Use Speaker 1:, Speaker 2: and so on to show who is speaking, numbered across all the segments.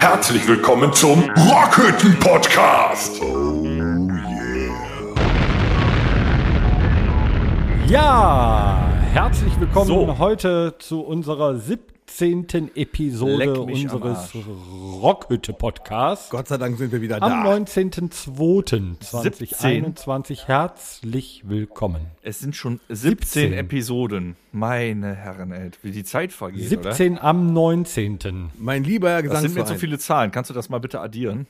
Speaker 1: Herzlich willkommen zum Rockhütten Podcast. Oh yeah.
Speaker 2: Ja, herzlich willkommen
Speaker 3: So.
Speaker 2: heute zu unserer 17. Episode
Speaker 3: Leck mich am
Speaker 2: unseres Rockhütte-Podcasts.
Speaker 4: Gott sei Dank sind wir wieder
Speaker 2: Am
Speaker 4: da.
Speaker 2: 19.02.2021 herzlich willkommen.
Speaker 3: Es sind schon 17,
Speaker 2: 17.
Speaker 3: Episoden. Meine Herren, ey, wie die Zeit vergeht, oder?
Speaker 2: 17 am 19.
Speaker 4: Mein lieber
Speaker 3: Das sind mir
Speaker 4: Gesangsverein.
Speaker 3: zu viele Zahlen. Kannst du das mal bitte addieren?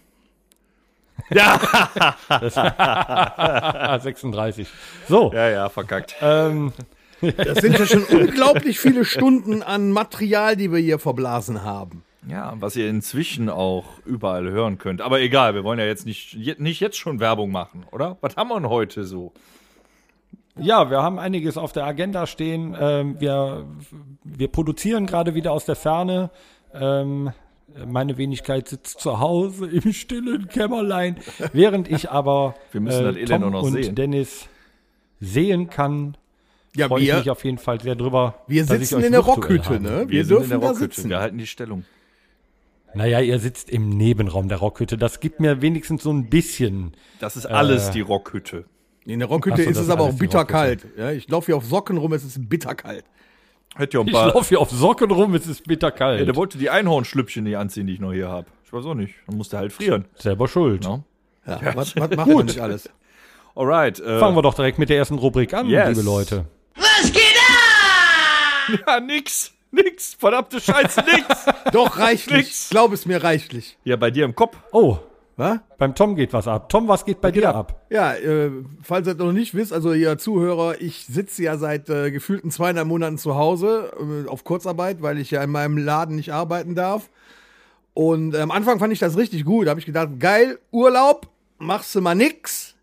Speaker 2: Ah, 36. So,
Speaker 3: Ja, ja, verkackt.
Speaker 2: ähm,
Speaker 4: das sind ja schon unglaublich viele Stunden an Material, die wir hier verblasen haben.
Speaker 3: Ja, was ihr inzwischen auch überall hören könnt. Aber egal, wir wollen ja jetzt nicht, je- nicht jetzt schon Werbung machen, oder? Was haben wir denn heute so?
Speaker 2: Ja, wir haben einiges auf der Agenda stehen. Ähm, wir, wir produzieren gerade wieder aus der Ferne. Ähm, meine Wenigkeit sitzt zu Hause im stillen Kämmerlein, während ich aber äh,
Speaker 3: Wir müssen das Elend
Speaker 2: Tom
Speaker 3: auch noch
Speaker 2: und
Speaker 3: sehen.
Speaker 2: Dennis sehen kann.
Speaker 4: Ja,
Speaker 2: Freue ich mich
Speaker 4: wir,
Speaker 2: auf jeden Fall sehr drüber.
Speaker 4: wir
Speaker 2: dass ich
Speaker 4: sitzen
Speaker 2: euch
Speaker 4: in der
Speaker 2: virtuell habe.
Speaker 4: Rockhütte, ne? Wir,
Speaker 3: sind in
Speaker 4: dürfen
Speaker 3: der
Speaker 4: da
Speaker 3: Rockhütte.
Speaker 4: sitzen.
Speaker 3: Wir halten die Stellung.
Speaker 2: Naja, ihr sitzt im Nebenraum der Rockhütte. Das gibt mir wenigstens so ein bisschen.
Speaker 3: Das ist alles die Rockhütte.
Speaker 4: In der Rockhütte
Speaker 2: Ach so,
Speaker 4: ist
Speaker 2: das
Speaker 4: es
Speaker 2: ist
Speaker 4: aber auch
Speaker 2: alles die
Speaker 4: bitterkalt. Ja, ich laufe hier auf Socken rum, es ist bitterkalt.
Speaker 3: Hätte ja ein
Speaker 2: Ich
Speaker 3: paar.
Speaker 2: laufe hier auf Socken rum, es ist bitterkalt.
Speaker 3: Ja, der wollte die Einhornschlüppchen nicht anziehen, die ich noch hier habe. Ich weiß auch nicht. Dann musste halt frieren.
Speaker 2: Selber schuld.
Speaker 3: No?
Speaker 4: Ja, was, was macht man nicht alles?
Speaker 3: Alright. Äh,
Speaker 2: Fangen wir doch direkt mit der ersten Rubrik an,
Speaker 3: Yes.
Speaker 2: liebe Leute.
Speaker 3: Ja, nix. Nix. Verdammte Scheiße, nix.
Speaker 4: Doch, reichlich.
Speaker 3: Nix.
Speaker 4: Glaub es mir, reichlich.
Speaker 3: ja, bei dir im Kopf.
Speaker 2: Oh,
Speaker 4: Was?
Speaker 2: Beim Tom geht was ab. Tom, was geht bei dir ab?
Speaker 4: Ja, äh, falls ihr das noch nicht wisst, also ihr Zuhörer, ich sitze ja seit äh, gefühlten zweieinhalb Monaten zu Hause äh, auf Kurzarbeit, weil ich ja in meinem Laden nicht arbeiten darf. Und äh, am Anfang fand ich das richtig gut. Da habe ich gedacht, geil, Urlaub, machst du mal nix.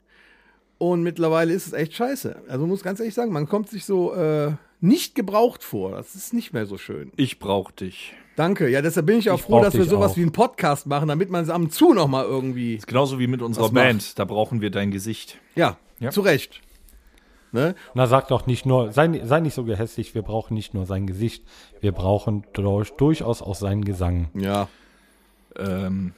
Speaker 4: Und mittlerweile ist es echt scheiße. Also muss ganz ehrlich sagen, man kommt sich so äh, nicht gebraucht vor. Das ist nicht mehr so schön.
Speaker 3: Ich brauch dich.
Speaker 4: Danke. Ja, deshalb bin ich auch froh,
Speaker 2: brauch
Speaker 4: dass wir
Speaker 2: dich
Speaker 4: sowas
Speaker 2: auch.
Speaker 4: wie einen Podcast machen, damit man es am Zu noch mal irgendwie
Speaker 3: Genauso wie mit unserer
Speaker 4: Was
Speaker 3: Band. Da brauchen wir dein Gesicht.
Speaker 4: Ja,
Speaker 3: Ja.
Speaker 4: zu Recht. Ne?
Speaker 2: Na, sag doch nicht nur, sei, sei nicht so gehässig, wir brauchen nicht nur sein Gesicht, wir brauchen durch, durchaus auch seinen Gesang.
Speaker 4: Ja.
Speaker 3: Ähm.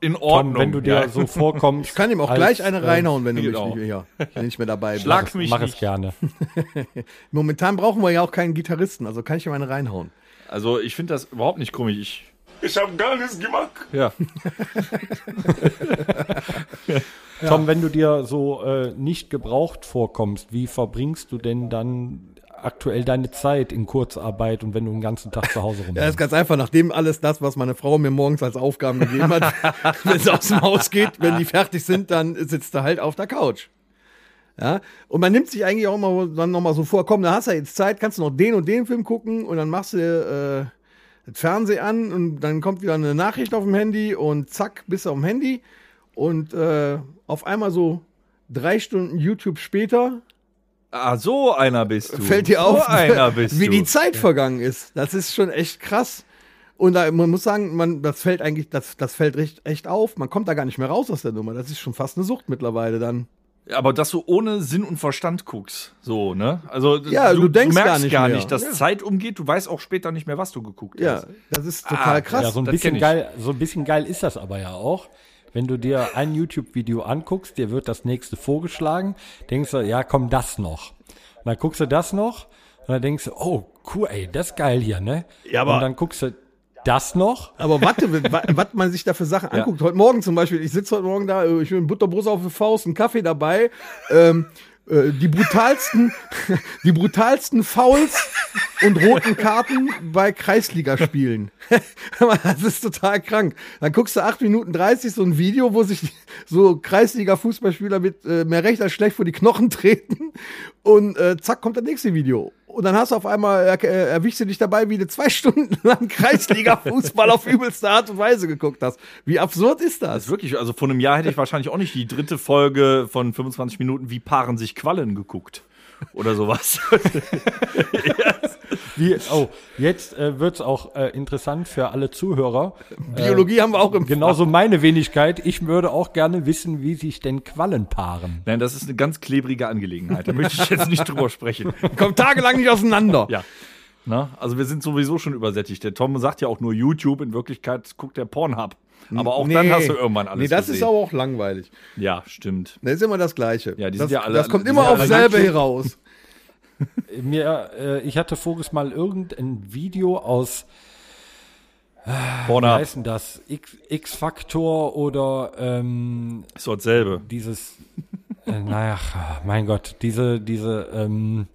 Speaker 3: In
Speaker 2: Tom,
Speaker 3: Ordnung.
Speaker 2: wenn du dir
Speaker 3: ja.
Speaker 2: so vorkommst.
Speaker 4: Ich kann ihm auch
Speaker 2: als,
Speaker 4: gleich eine
Speaker 2: äh,
Speaker 4: reinhauen, wenn du
Speaker 3: geht
Speaker 4: mich
Speaker 3: auch.
Speaker 4: nicht mehr, ja, wenn ich nicht mehr dabei bin.
Speaker 3: Schlag-
Speaker 2: mach es-
Speaker 3: mich
Speaker 2: Mach es
Speaker 3: nicht.
Speaker 2: gerne.
Speaker 4: Momentan brauchen wir ja auch keinen Gitarristen, also kann ich ihm eine reinhauen.
Speaker 3: Also ich finde das überhaupt nicht komisch. Ich,
Speaker 1: Ich habe gar nichts gemacht.
Speaker 3: ja.
Speaker 2: Tom, wenn du dir so äh, nicht gebraucht vorkommst, wie verbringst du denn dann aktuell deine Zeit in Kurzarbeit und wenn du den ganzen Tag zu Hause rum
Speaker 4: Ja, ist ganz einfach, nachdem alles das, was meine Frau mir morgens als Aufgaben gegeben hat, wenn sie aus dem Haus geht, wenn die fertig sind, dann sitzt er halt auf der Couch. Ja, und man nimmt sich eigentlich auch immer dann nochmal so vor, komm, da hast du ja jetzt Zeit, kannst du noch den und den Film gucken und dann machst du äh, das Fernsehen an und dann kommt wieder eine Nachricht auf dem Handy und zack, bist du auf dem Handy und äh, auf einmal so drei Stunden YouTube später
Speaker 3: Ah, so einer bist du.
Speaker 4: fällt dir auf,
Speaker 3: So einer bist
Speaker 4: wie
Speaker 3: du.
Speaker 4: die Zeit vergangen ist. Das ist schon echt krass. Und da, man muss sagen, man, das fällt eigentlich, das, das fällt recht, echt auf. Man kommt da gar nicht mehr raus aus der Nummer. Das ist schon fast eine Sucht mittlerweile dann.
Speaker 3: Aber dass du ohne Sinn und Verstand guckst. So, ne? Also
Speaker 4: Ja, du denkst
Speaker 3: merkst
Speaker 4: gar nicht mehr.
Speaker 3: nicht, dass
Speaker 4: Ja.
Speaker 3: Zeit umgeht. Du weißt auch später nicht mehr, was du geguckt
Speaker 4: Ja,
Speaker 3: hast.
Speaker 4: das ist total
Speaker 3: Ah,
Speaker 2: Ja,
Speaker 4: krass.
Speaker 2: so ein
Speaker 3: das kenn
Speaker 2: bisschen
Speaker 3: ich.
Speaker 2: geil, so ein bisschen geil ist das aber ja auch. Wenn du dir ein YouTube-Video anguckst, dir wird das nächste vorgeschlagen, denkst du, ja, komm, das noch. Und dann guckst du das noch und dann denkst du, oh, cool, ey, das ist geil hier, ne? Ja,
Speaker 4: aber-
Speaker 2: und dann guckst du das noch.
Speaker 4: Aber warte, was man sich da für Sachen anguckt. Heute Morgen zum Beispiel, ich sitze heute Morgen da, ich will ein Butterbrust auf die Faust, einen Kaffee dabei. Ähm, äh, die brutalsten, die brutalsten Fouls und roten Karten bei Kreisligaspielen. das ist total krank. Dann guckst du 8 Minuten 30 so ein Video, wo sich so Kreisliga-Fußballspieler mit äh, mehr recht als schlecht vor die Knochen treten und äh, zack kommt das nächste Video. Und dann hast du auf einmal, äh, äh, erwischst du dich dabei, wie du zwei Stunden lang Kreisliga-Fußball auf übelste Art und Weise geguckt hast. Wie absurd ist
Speaker 3: Das
Speaker 4: das?
Speaker 3: ist wirklich, also vor einem Jahr hätte ich wahrscheinlich auch nicht die dritte Folge von 25 Minuten Wie paaren sich Quallen geguckt. Oder sowas.
Speaker 2: Wie, oh, jetzt äh, wird's auch äh, interessant für alle Zuhörer.
Speaker 3: Ähm,
Speaker 2: Ähm,
Speaker 4: Biologie haben wir auch im
Speaker 3: genau.
Speaker 2: Genauso meine Wenigkeit. Ich würde auch gerne wissen, wie sich denn Quallen paaren.
Speaker 3: Nein, das ist eine ganz klebrige Angelegenheit. Da möchte ich jetzt nicht drüber sprechen.
Speaker 4: Kommt tagelang nicht auseinander.
Speaker 3: Ja. Na, also wir sind sowieso schon übersättigt. Der Tom sagt ja auch nur YouTube, in Wirklichkeit guckt der Pornhub. Aber auch dann
Speaker 4: Nee.
Speaker 3: hast du irgendwann alles
Speaker 4: Nee, das
Speaker 3: gesehen.
Speaker 4: ist aber auch langweilig.
Speaker 3: ja, stimmt.
Speaker 4: Das ist immer das Gleiche.
Speaker 3: Ja, die
Speaker 4: das,
Speaker 3: sind ja alle-
Speaker 4: das kommt
Speaker 3: die
Speaker 4: immer
Speaker 3: sind ja
Speaker 4: auf
Speaker 3: alle
Speaker 4: selber
Speaker 3: nackt.
Speaker 4: heraus.
Speaker 2: Mir, äh, ich hatte voriges Mal irgendein Video aus, wie
Speaker 3: Pornhub
Speaker 2: heißt denn das? X- X-Faktor oder ähm,
Speaker 3: ist dort selbe.
Speaker 2: dieses, äh, naja, mein Gott, diese, diese, ähm,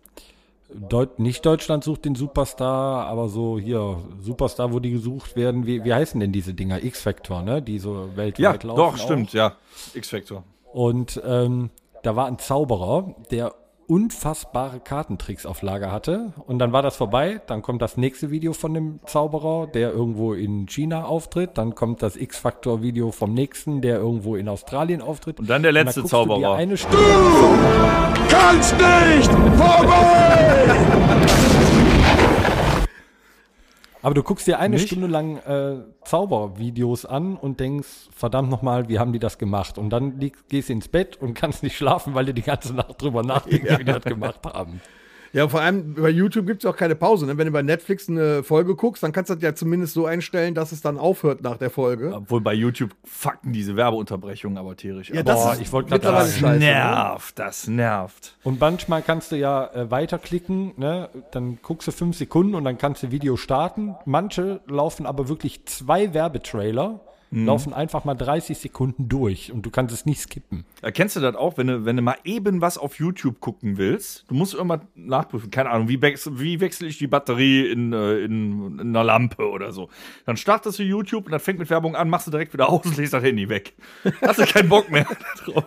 Speaker 2: Deut nicht Deutschland sucht den Superstar, aber so hier, Superstar, wo die gesucht werden, wie, wie heißen denn diese Dinger? X-Factor, ne? Die so weltweit
Speaker 3: Ja,
Speaker 2: laufen.
Speaker 3: doch,
Speaker 2: auch.
Speaker 3: stimmt, ja. X-Factor.
Speaker 2: Und ähm, da war ein Zauberer, der unfassbare Kartentricks auf Lager hatte. Und dann war das vorbei. Dann kommt das nächste Video von dem Zauberer, der irgendwo in China auftritt. Dann kommt das X-Factor-Video vom nächsten, der irgendwo in Australien auftritt. Und
Speaker 3: dann der
Speaker 2: dann
Speaker 3: letzte
Speaker 2: guckst du dir
Speaker 3: Zauberer.
Speaker 2: Eine Stunde
Speaker 1: Kannst nicht! Vorbei!
Speaker 2: Aber du guckst dir eine Stunde lang äh, Zaubervideos an und denkst, verdammt nochmal, wie haben die das gemacht? Und dann liegst, gehst du ins Bett und kannst nicht schlafen, weil du die ganze Nacht drüber nachdenkst, wie die das gemacht haben.
Speaker 4: Ja, vor allem bei YouTube gibt es auch keine Pause. Ne? Wenn du bei Netflix eine Folge guckst, dann kannst du das ja zumindest so einstellen, dass es dann aufhört nach der Folge.
Speaker 3: Obwohl bei YouTube fucken diese Werbeunterbrechungen aber tierisch.
Speaker 4: Ja,
Speaker 3: ab.
Speaker 4: das
Speaker 2: Boah,
Speaker 4: ist
Speaker 2: ich wollte gerade
Speaker 4: mittlerweile
Speaker 2: sagen,
Speaker 4: scheiße. Ne?
Speaker 3: nervt, das nervt.
Speaker 2: Und manchmal kannst du ja äh, weiterklicken, ne? dann guckst du fünf Sekunden und dann kannst du Video starten. Manche laufen aber wirklich zwei Werbetrailer,
Speaker 3: Mhm.
Speaker 2: laufen einfach mal 30 Sekunden durch und du kannst es nicht skippen.
Speaker 3: Erkennst du das auch, wenn du, wenn du mal eben was auf YouTube gucken willst? Du musst irgendwann nachprüfen. Keine Ahnung, wie, wechs- wie wechsle ich die Batterie in, äh, in, in einer Lampe oder so. Dann startest du YouTube und dann fängt mit Werbung an, machst du direkt wieder aus und legst das Handy weg. Hast du keinen Bock mehr drauf.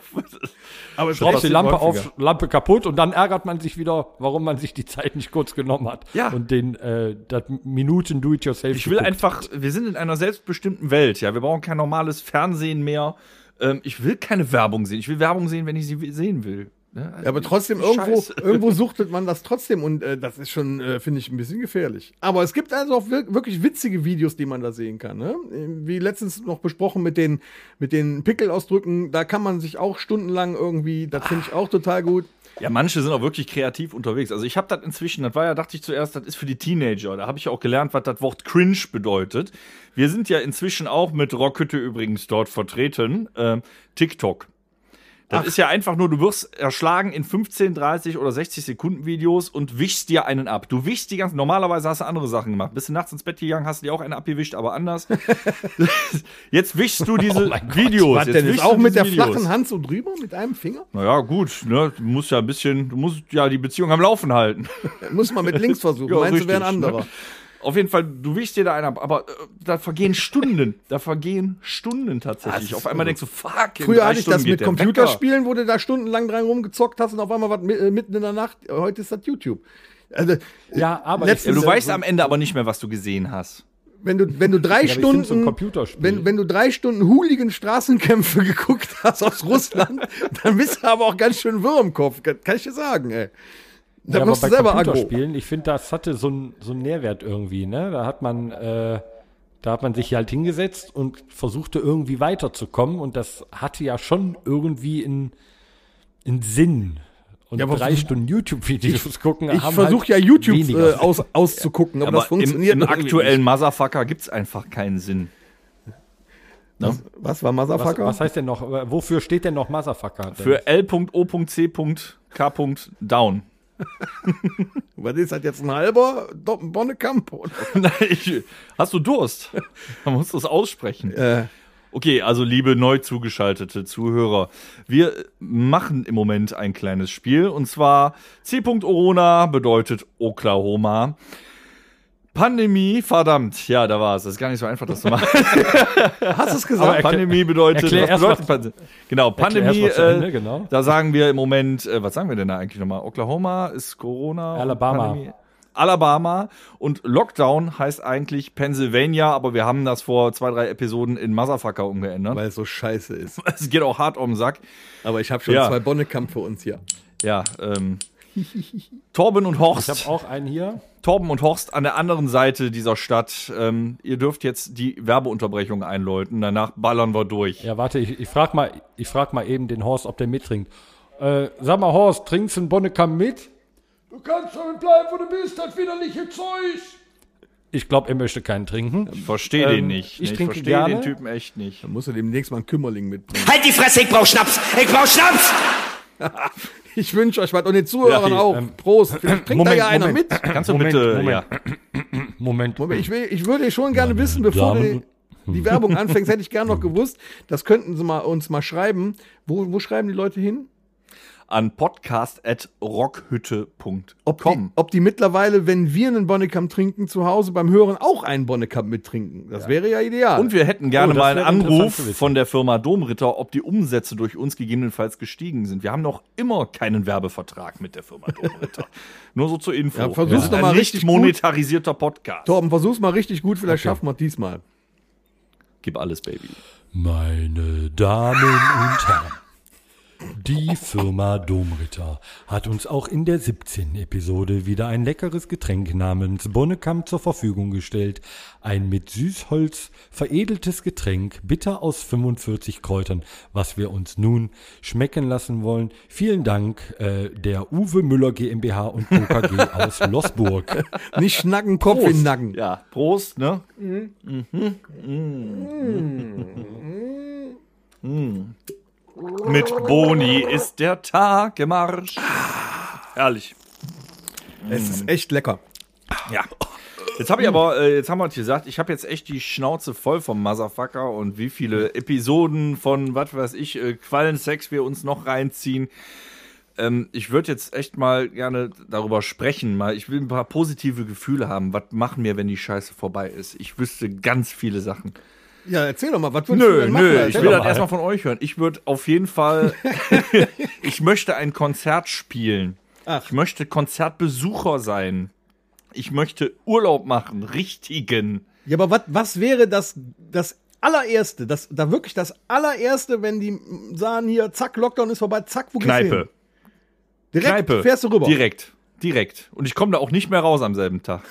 Speaker 4: Aber
Speaker 2: Schraubst die
Speaker 3: passiert
Speaker 2: Lampe
Speaker 3: häufiger.
Speaker 2: auf, Lampe kaputt und dann ärgert man sich wieder, warum man sich die Zeit nicht kurz genommen hat.
Speaker 3: Ja.
Speaker 2: Und den äh, das Minuten Do-it-yourself.
Speaker 3: Ich will
Speaker 2: geguckt.
Speaker 3: einfach, wir sind in einer selbstbestimmten Welt, ja. Wir brauchen kein normales Fernsehen mehr. Ähm, ich will keine Werbung sehen. Ich will Werbung sehen, wenn ich sie sehen will. ne? Ja,
Speaker 4: Ja, aber trotzdem, irgendwo,
Speaker 3: Scheiße.
Speaker 4: irgendwo suchtet man das trotzdem und äh, das ist schon, äh, finde ich, ein bisschen gefährlich. Aber es gibt also auch wirk- wirklich witzige Videos, die man da sehen kann. Ne? Wie letztens noch besprochen mit den, mit den Pickelausdrücken, da kann man sich auch stundenlang irgendwie, das finde ich auch total gut.
Speaker 3: Ja, manche sind auch wirklich kreativ unterwegs. Also ich habe das inzwischen, das war ja, dachte ich zuerst, das ist für die Teenager. Da habe ich ja auch gelernt, was das Wort cringe bedeutet. Wir sind ja inzwischen auch mit Rockhütte übrigens dort vertreten. Ähm, TikTok. Das ist ja einfach nur, du wirst erschlagen in 15, 30 oder 60 Sekunden Videos und wischst dir einen ab. Du wischst die ganzen, normalerweise hast du andere Sachen gemacht. Bist du nachts ins Bett gegangen, hast dir auch einen abgewischt, aber anders. Jetzt wischst du
Speaker 4: Oh
Speaker 3: diese Videos.
Speaker 4: Was
Speaker 3: Oh, Jetzt
Speaker 4: denn
Speaker 3: wischst
Speaker 4: ist
Speaker 3: du
Speaker 4: auch mit
Speaker 3: diese
Speaker 4: der flachen Hand so drüber, mit einem Finger?
Speaker 3: naja, gut, ne? Du musst ja ein bisschen, du musst ja die Beziehung am Laufen halten.
Speaker 4: Muss man mit links versuchen,
Speaker 3: Ja,
Speaker 4: meinst du,
Speaker 3: richtig,
Speaker 4: wäre ein
Speaker 3: ne?
Speaker 4: anderer.
Speaker 3: Auf jeden Fall, du wischst dir da einen ab, aber äh, da vergehen Stunden. da vergehen Stunden
Speaker 4: Das
Speaker 3: tatsächlich.
Speaker 4: ist
Speaker 3: Auf einmal denkst du, fuck, in
Speaker 4: Früher
Speaker 3: drei
Speaker 4: hatte ich
Speaker 3: Stunden
Speaker 4: das
Speaker 3: geht
Speaker 4: mit
Speaker 3: der Wecker.
Speaker 4: Computerspielen, wo du da stundenlang dran rumgezockt hast und auf einmal was mi- äh, mitten in der Nacht. Heute ist das YouTube. Also,
Speaker 2: Ja, aber
Speaker 3: Ja,
Speaker 4: Letztens-
Speaker 2: ich,
Speaker 3: du weißt am Ende aber nicht mehr, was du gesehen hast.
Speaker 4: wenn du, wenn du drei
Speaker 2: aber ich find's so ein
Speaker 4: Stunden,
Speaker 2: Computerspiel.
Speaker 4: wenn, wenn du drei Stunden hooligen Straßenkämpfe geguckt hast aus Russland, dann bist du aber auch ganz schön wirr im Kopf. Kann, kann ich dir sagen, ey. Da
Speaker 2: ja, aber
Speaker 4: machst
Speaker 2: bei
Speaker 4: du selber aggro.
Speaker 2: Computerspielen, ich finde, das hatte so einen so einen Nährwert irgendwie. Ne? Da hat man äh, da hat man sich halt hingesetzt und versuchte irgendwie weiterzukommen und das hatte ja schon irgendwie einen, einen Sinn. Und
Speaker 4: Ja, aber
Speaker 2: drei Stunden YouTube-Videos gucken
Speaker 4: Ich
Speaker 2: haben
Speaker 4: versuche
Speaker 2: halt
Speaker 4: ja YouTube
Speaker 2: weniger
Speaker 4: äh, aus, auszugucken, aber, das funktioniert
Speaker 3: im, im
Speaker 4: irgendwie
Speaker 3: aktuellen Motherfucker gibt's einfach keinen Sinn. Ne?
Speaker 4: nicht. Was war
Speaker 2: Was,
Speaker 4: Motherfucker?
Speaker 2: was heißt denn noch, äh, wofür steht denn noch Motherfucker? Denn?
Speaker 3: Für L.O.C.K. down.
Speaker 4: was ist das jetzt ein halber Dopp- Bonnekamp?
Speaker 3: Nein, ich, hast du Durst? Man muss das aussprechen.
Speaker 2: Äh,
Speaker 3: Okay, also liebe neu zugeschaltete Zuhörer, wir machen im Moment ein kleines Spiel und zwar C. Orona bedeutet Oklahoma. Pandemie, verdammt, ja, da war es. Das ist gar nicht so einfach, das zu machen.
Speaker 4: Hast du es gesagt?
Speaker 2: erklär-
Speaker 3: Pandemie bedeutet.
Speaker 2: erklär erst
Speaker 3: bedeutet Pand genau, Pandemie.
Speaker 2: erst mal zu Ende,
Speaker 3: äh,
Speaker 2: genau.
Speaker 3: Da sagen wir im Moment, äh, was sagen wir denn da eigentlich nochmal? Oklahoma ist Corona. und
Speaker 2: Alabama.
Speaker 3: Pandemie. Alabama und Lockdown heißt eigentlich Pennsylvania, aber wir haben das vor zwei, drei Episoden in Motherfucker umgeändert.
Speaker 4: Weil es so scheiße ist.
Speaker 3: Es geht auch hart um den Sack.
Speaker 4: Aber ich habe schon
Speaker 3: Ja.
Speaker 4: zwei Bonnekamp für uns hier.
Speaker 3: Ja, ähm. Torben und Horst.
Speaker 2: Ich habe auch einen hier.
Speaker 3: Torben und Horst an der anderen Seite dieser Stadt. Ähm, ihr dürft jetzt die Werbeunterbrechung einläuten. Danach ballern wir durch.
Speaker 2: Ja, warte, ich, ich frage mal, ich frag mal eben den Horst, ob der mittrinkt. Äh, sag mal, Horst, trinkst du einen Bonnekam mit?
Speaker 1: Du kannst schon bleiben, wo du bist, das widerliche Zeug.
Speaker 2: Ich glaube, er möchte keinen trinken.
Speaker 3: Ich verstehe
Speaker 2: Ähm,
Speaker 3: den nicht.
Speaker 2: ich
Speaker 3: ne?
Speaker 2: trinke
Speaker 3: verstehe
Speaker 2: gerne.
Speaker 3: den Typen echt nicht.
Speaker 4: Musst du demnächst mal einen Kümmerling mitbringen.
Speaker 5: Halt die Fresse, ich brauch Schnaps! Ich brauch Schnaps!
Speaker 4: Ich wünsche euch was und den Zuhörern
Speaker 3: Ja,
Speaker 4: auch. Prost. Vielleicht trinkt da
Speaker 2: ähm, Moment,
Speaker 4: ja einer
Speaker 2: Moment.
Speaker 4: mit.
Speaker 3: Kannst du
Speaker 2: Moment,
Speaker 3: bitte.
Speaker 2: Moment.
Speaker 3: Ja.
Speaker 2: Moment.
Speaker 4: Moment, ich, will, ich würde schon gerne wissen, bevor
Speaker 2: Damen
Speaker 4: du die Werbung anfängst, hätte ich gerne noch gewusst. Das könnten sie mal, uns mal schreiben. Wo, wo schreiben die Leute hin?
Speaker 3: An podcast.rockhütte.com.
Speaker 4: Ob die, ob die mittlerweile, wenn wir einen Bonnekamp trinken, zu Hause beim Hören auch einen Bonnekamp mittrinken. Das wäre ja ideal.
Speaker 3: Und wir hätten gerne
Speaker 2: Oh, das
Speaker 3: mal einen
Speaker 2: wäre interessant
Speaker 3: Anruf
Speaker 2: zu wissen.
Speaker 3: von der Firma Domritter, ob die Umsätze durch uns gegebenenfalls gestiegen sind. Wir haben noch immer keinen Werbevertrag mit der Firma Domritter. Nur so zur Info.
Speaker 4: Ja, versuch's
Speaker 3: wir sind
Speaker 4: doch
Speaker 3: ein
Speaker 4: mal
Speaker 3: nicht
Speaker 4: richtig gut.
Speaker 3: monetarisierter Podcast.
Speaker 4: Torben, versuch's mal richtig gut, vielleicht schaffen wir diesmal.
Speaker 3: Gib alles, Baby.
Speaker 2: Meine Damen und Herren, die Firma Domritter hat uns auch in der 17. Episode wieder ein leckeres Getränk namens Bonnekamp zur Verfügung gestellt. Ein mit Süßholz veredeltes Getränk, bitter aus 45 Kräutern, was wir uns nun schmecken lassen wollen. Vielen Dank äh, der Uwe Müller GmbH und KKG aus Losburg.
Speaker 4: Nicht schnacken, Kopf in Nacken.
Speaker 3: Ja, Prost, ne? Mhm. Mhm. Mhm. Mit Boni ist der Tag im Arsch.
Speaker 4: Ah.
Speaker 3: Herrlich.
Speaker 4: Es ist echt lecker.
Speaker 3: Ja. Jetzt habe ich aber, äh, jetzt haben wir es gesagt, ich habe jetzt echt die Schnauze voll vom Motherfucker und wie viele Episoden von, was weiß ich, äh, Quallensex wir uns noch reinziehen. Ähm, ich würde jetzt echt mal gerne darüber sprechen. Mal, ich will ein paar positive Gefühle haben. Was machen wir, wenn die Scheiße vorbei ist? Ich wüsste ganz viele Sachen.
Speaker 4: Ja, erzähl doch mal, was würdest du
Speaker 3: Nö,
Speaker 4: denn machen?
Speaker 3: nö,
Speaker 4: Erzähl
Speaker 3: ich will
Speaker 4: doch
Speaker 3: das erstmal von euch hören. Ich würde auf jeden Fall, ich möchte ein Konzert spielen.
Speaker 4: Ach.
Speaker 3: Ich möchte Konzertbesucher sein. Ich möchte Urlaub machen, richtigen.
Speaker 4: Ja, aber was, was wäre das, das allererste, das, da wirklich das allererste, wenn die sagen hier, zack, Lockdown ist vorbei, zack, wo gehst du hin?
Speaker 3: Kneipe.
Speaker 4: Direkt
Speaker 3: Kneipe.
Speaker 4: fährst du rüber.
Speaker 3: Direkt. Direkt. Und ich komme da auch nicht mehr raus am selben Tag.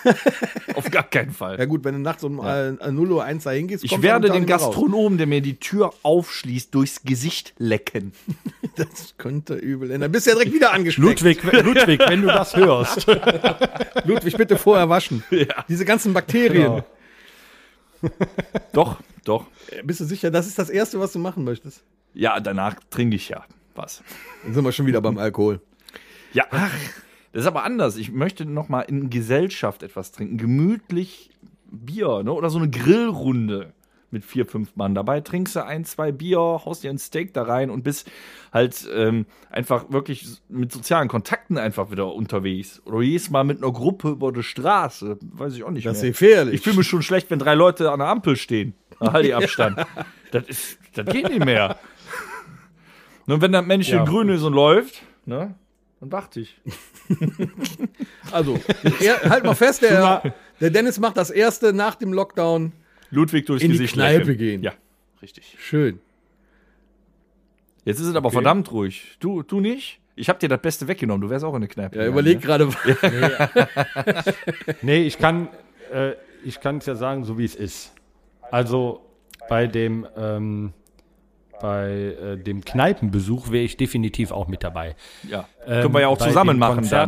Speaker 3: auf gar keinen Fall.
Speaker 4: Ja gut, wenn du nachts um äh, 0 Uhr 1 da hingehst,
Speaker 3: ich
Speaker 4: kommst du
Speaker 3: werde
Speaker 4: am Tag
Speaker 3: den
Speaker 4: nicht mehr raus.
Speaker 3: Gastronomen, der mir die Tür aufschließt, durchs Gesicht lecken.
Speaker 4: Das könnte übel enden. Dann bist du ja direkt wieder angesteckt.
Speaker 2: Ludwig, Ludwig, wenn du das hörst.
Speaker 4: Ludwig, bitte vorher waschen. Diese ganzen Bakterien.
Speaker 2: Genau.
Speaker 3: Doch, doch.
Speaker 4: Bist du sicher, das ist das Erste, was du machen möchtest?
Speaker 3: Ja, danach trinke ich ja was.
Speaker 4: Dann sind wir schon wieder beim Alkohol.
Speaker 3: Ja, ach, das ist aber anders. Ich möchte noch mal in Gesellschaft etwas trinken. Gemütlich Bier ne? oder so eine Grillrunde mit vier, fünf Mann. Dabei trinkst du ein, zwei Bier, haust dir ein Steak da rein und bist halt ähm, einfach wirklich s- mit sozialen Kontakten einfach wieder unterwegs. Oder jedes Mal mit einer Gruppe über die Straße. Weiß ich auch nicht
Speaker 4: Das ist
Speaker 3: mehr.
Speaker 4: gefährlich.
Speaker 3: Ich fühle mich schon schlecht, wenn drei Leute an der Ampel stehen. Na, Halt die Abstand. das, ist, das geht nicht mehr. Und wenn das Männchen
Speaker 2: Ja.
Speaker 3: grün ist und läuft, ne, dann warte ich.
Speaker 4: Also, er, halt mal fest, der, der Dennis macht das Erste nach dem Lockdown.
Speaker 3: Ludwig durchs
Speaker 4: In die
Speaker 3: Gesicht
Speaker 4: Kneipe
Speaker 3: lächeln.
Speaker 4: gehen.
Speaker 3: Ja, richtig.
Speaker 4: Schön.
Speaker 3: Jetzt ist es aber verdammt ruhig. Du, du nicht? Ich hab dir das Beste weggenommen. Du wärst auch in der Kneipe. ne?
Speaker 4: Ja, überleg gerade.
Speaker 2: Nee, ich kann äh, ich kann es ja sagen, so wie es ist. Also bei dem ähm, bei äh, dem Kneipenbesuch wäre ich definitiv auch mit dabei.
Speaker 3: Ja.
Speaker 2: Ähm,
Speaker 3: Können wir ja auch
Speaker 2: bei
Speaker 3: zusammen
Speaker 2: dem
Speaker 3: machen
Speaker 2: Konzert-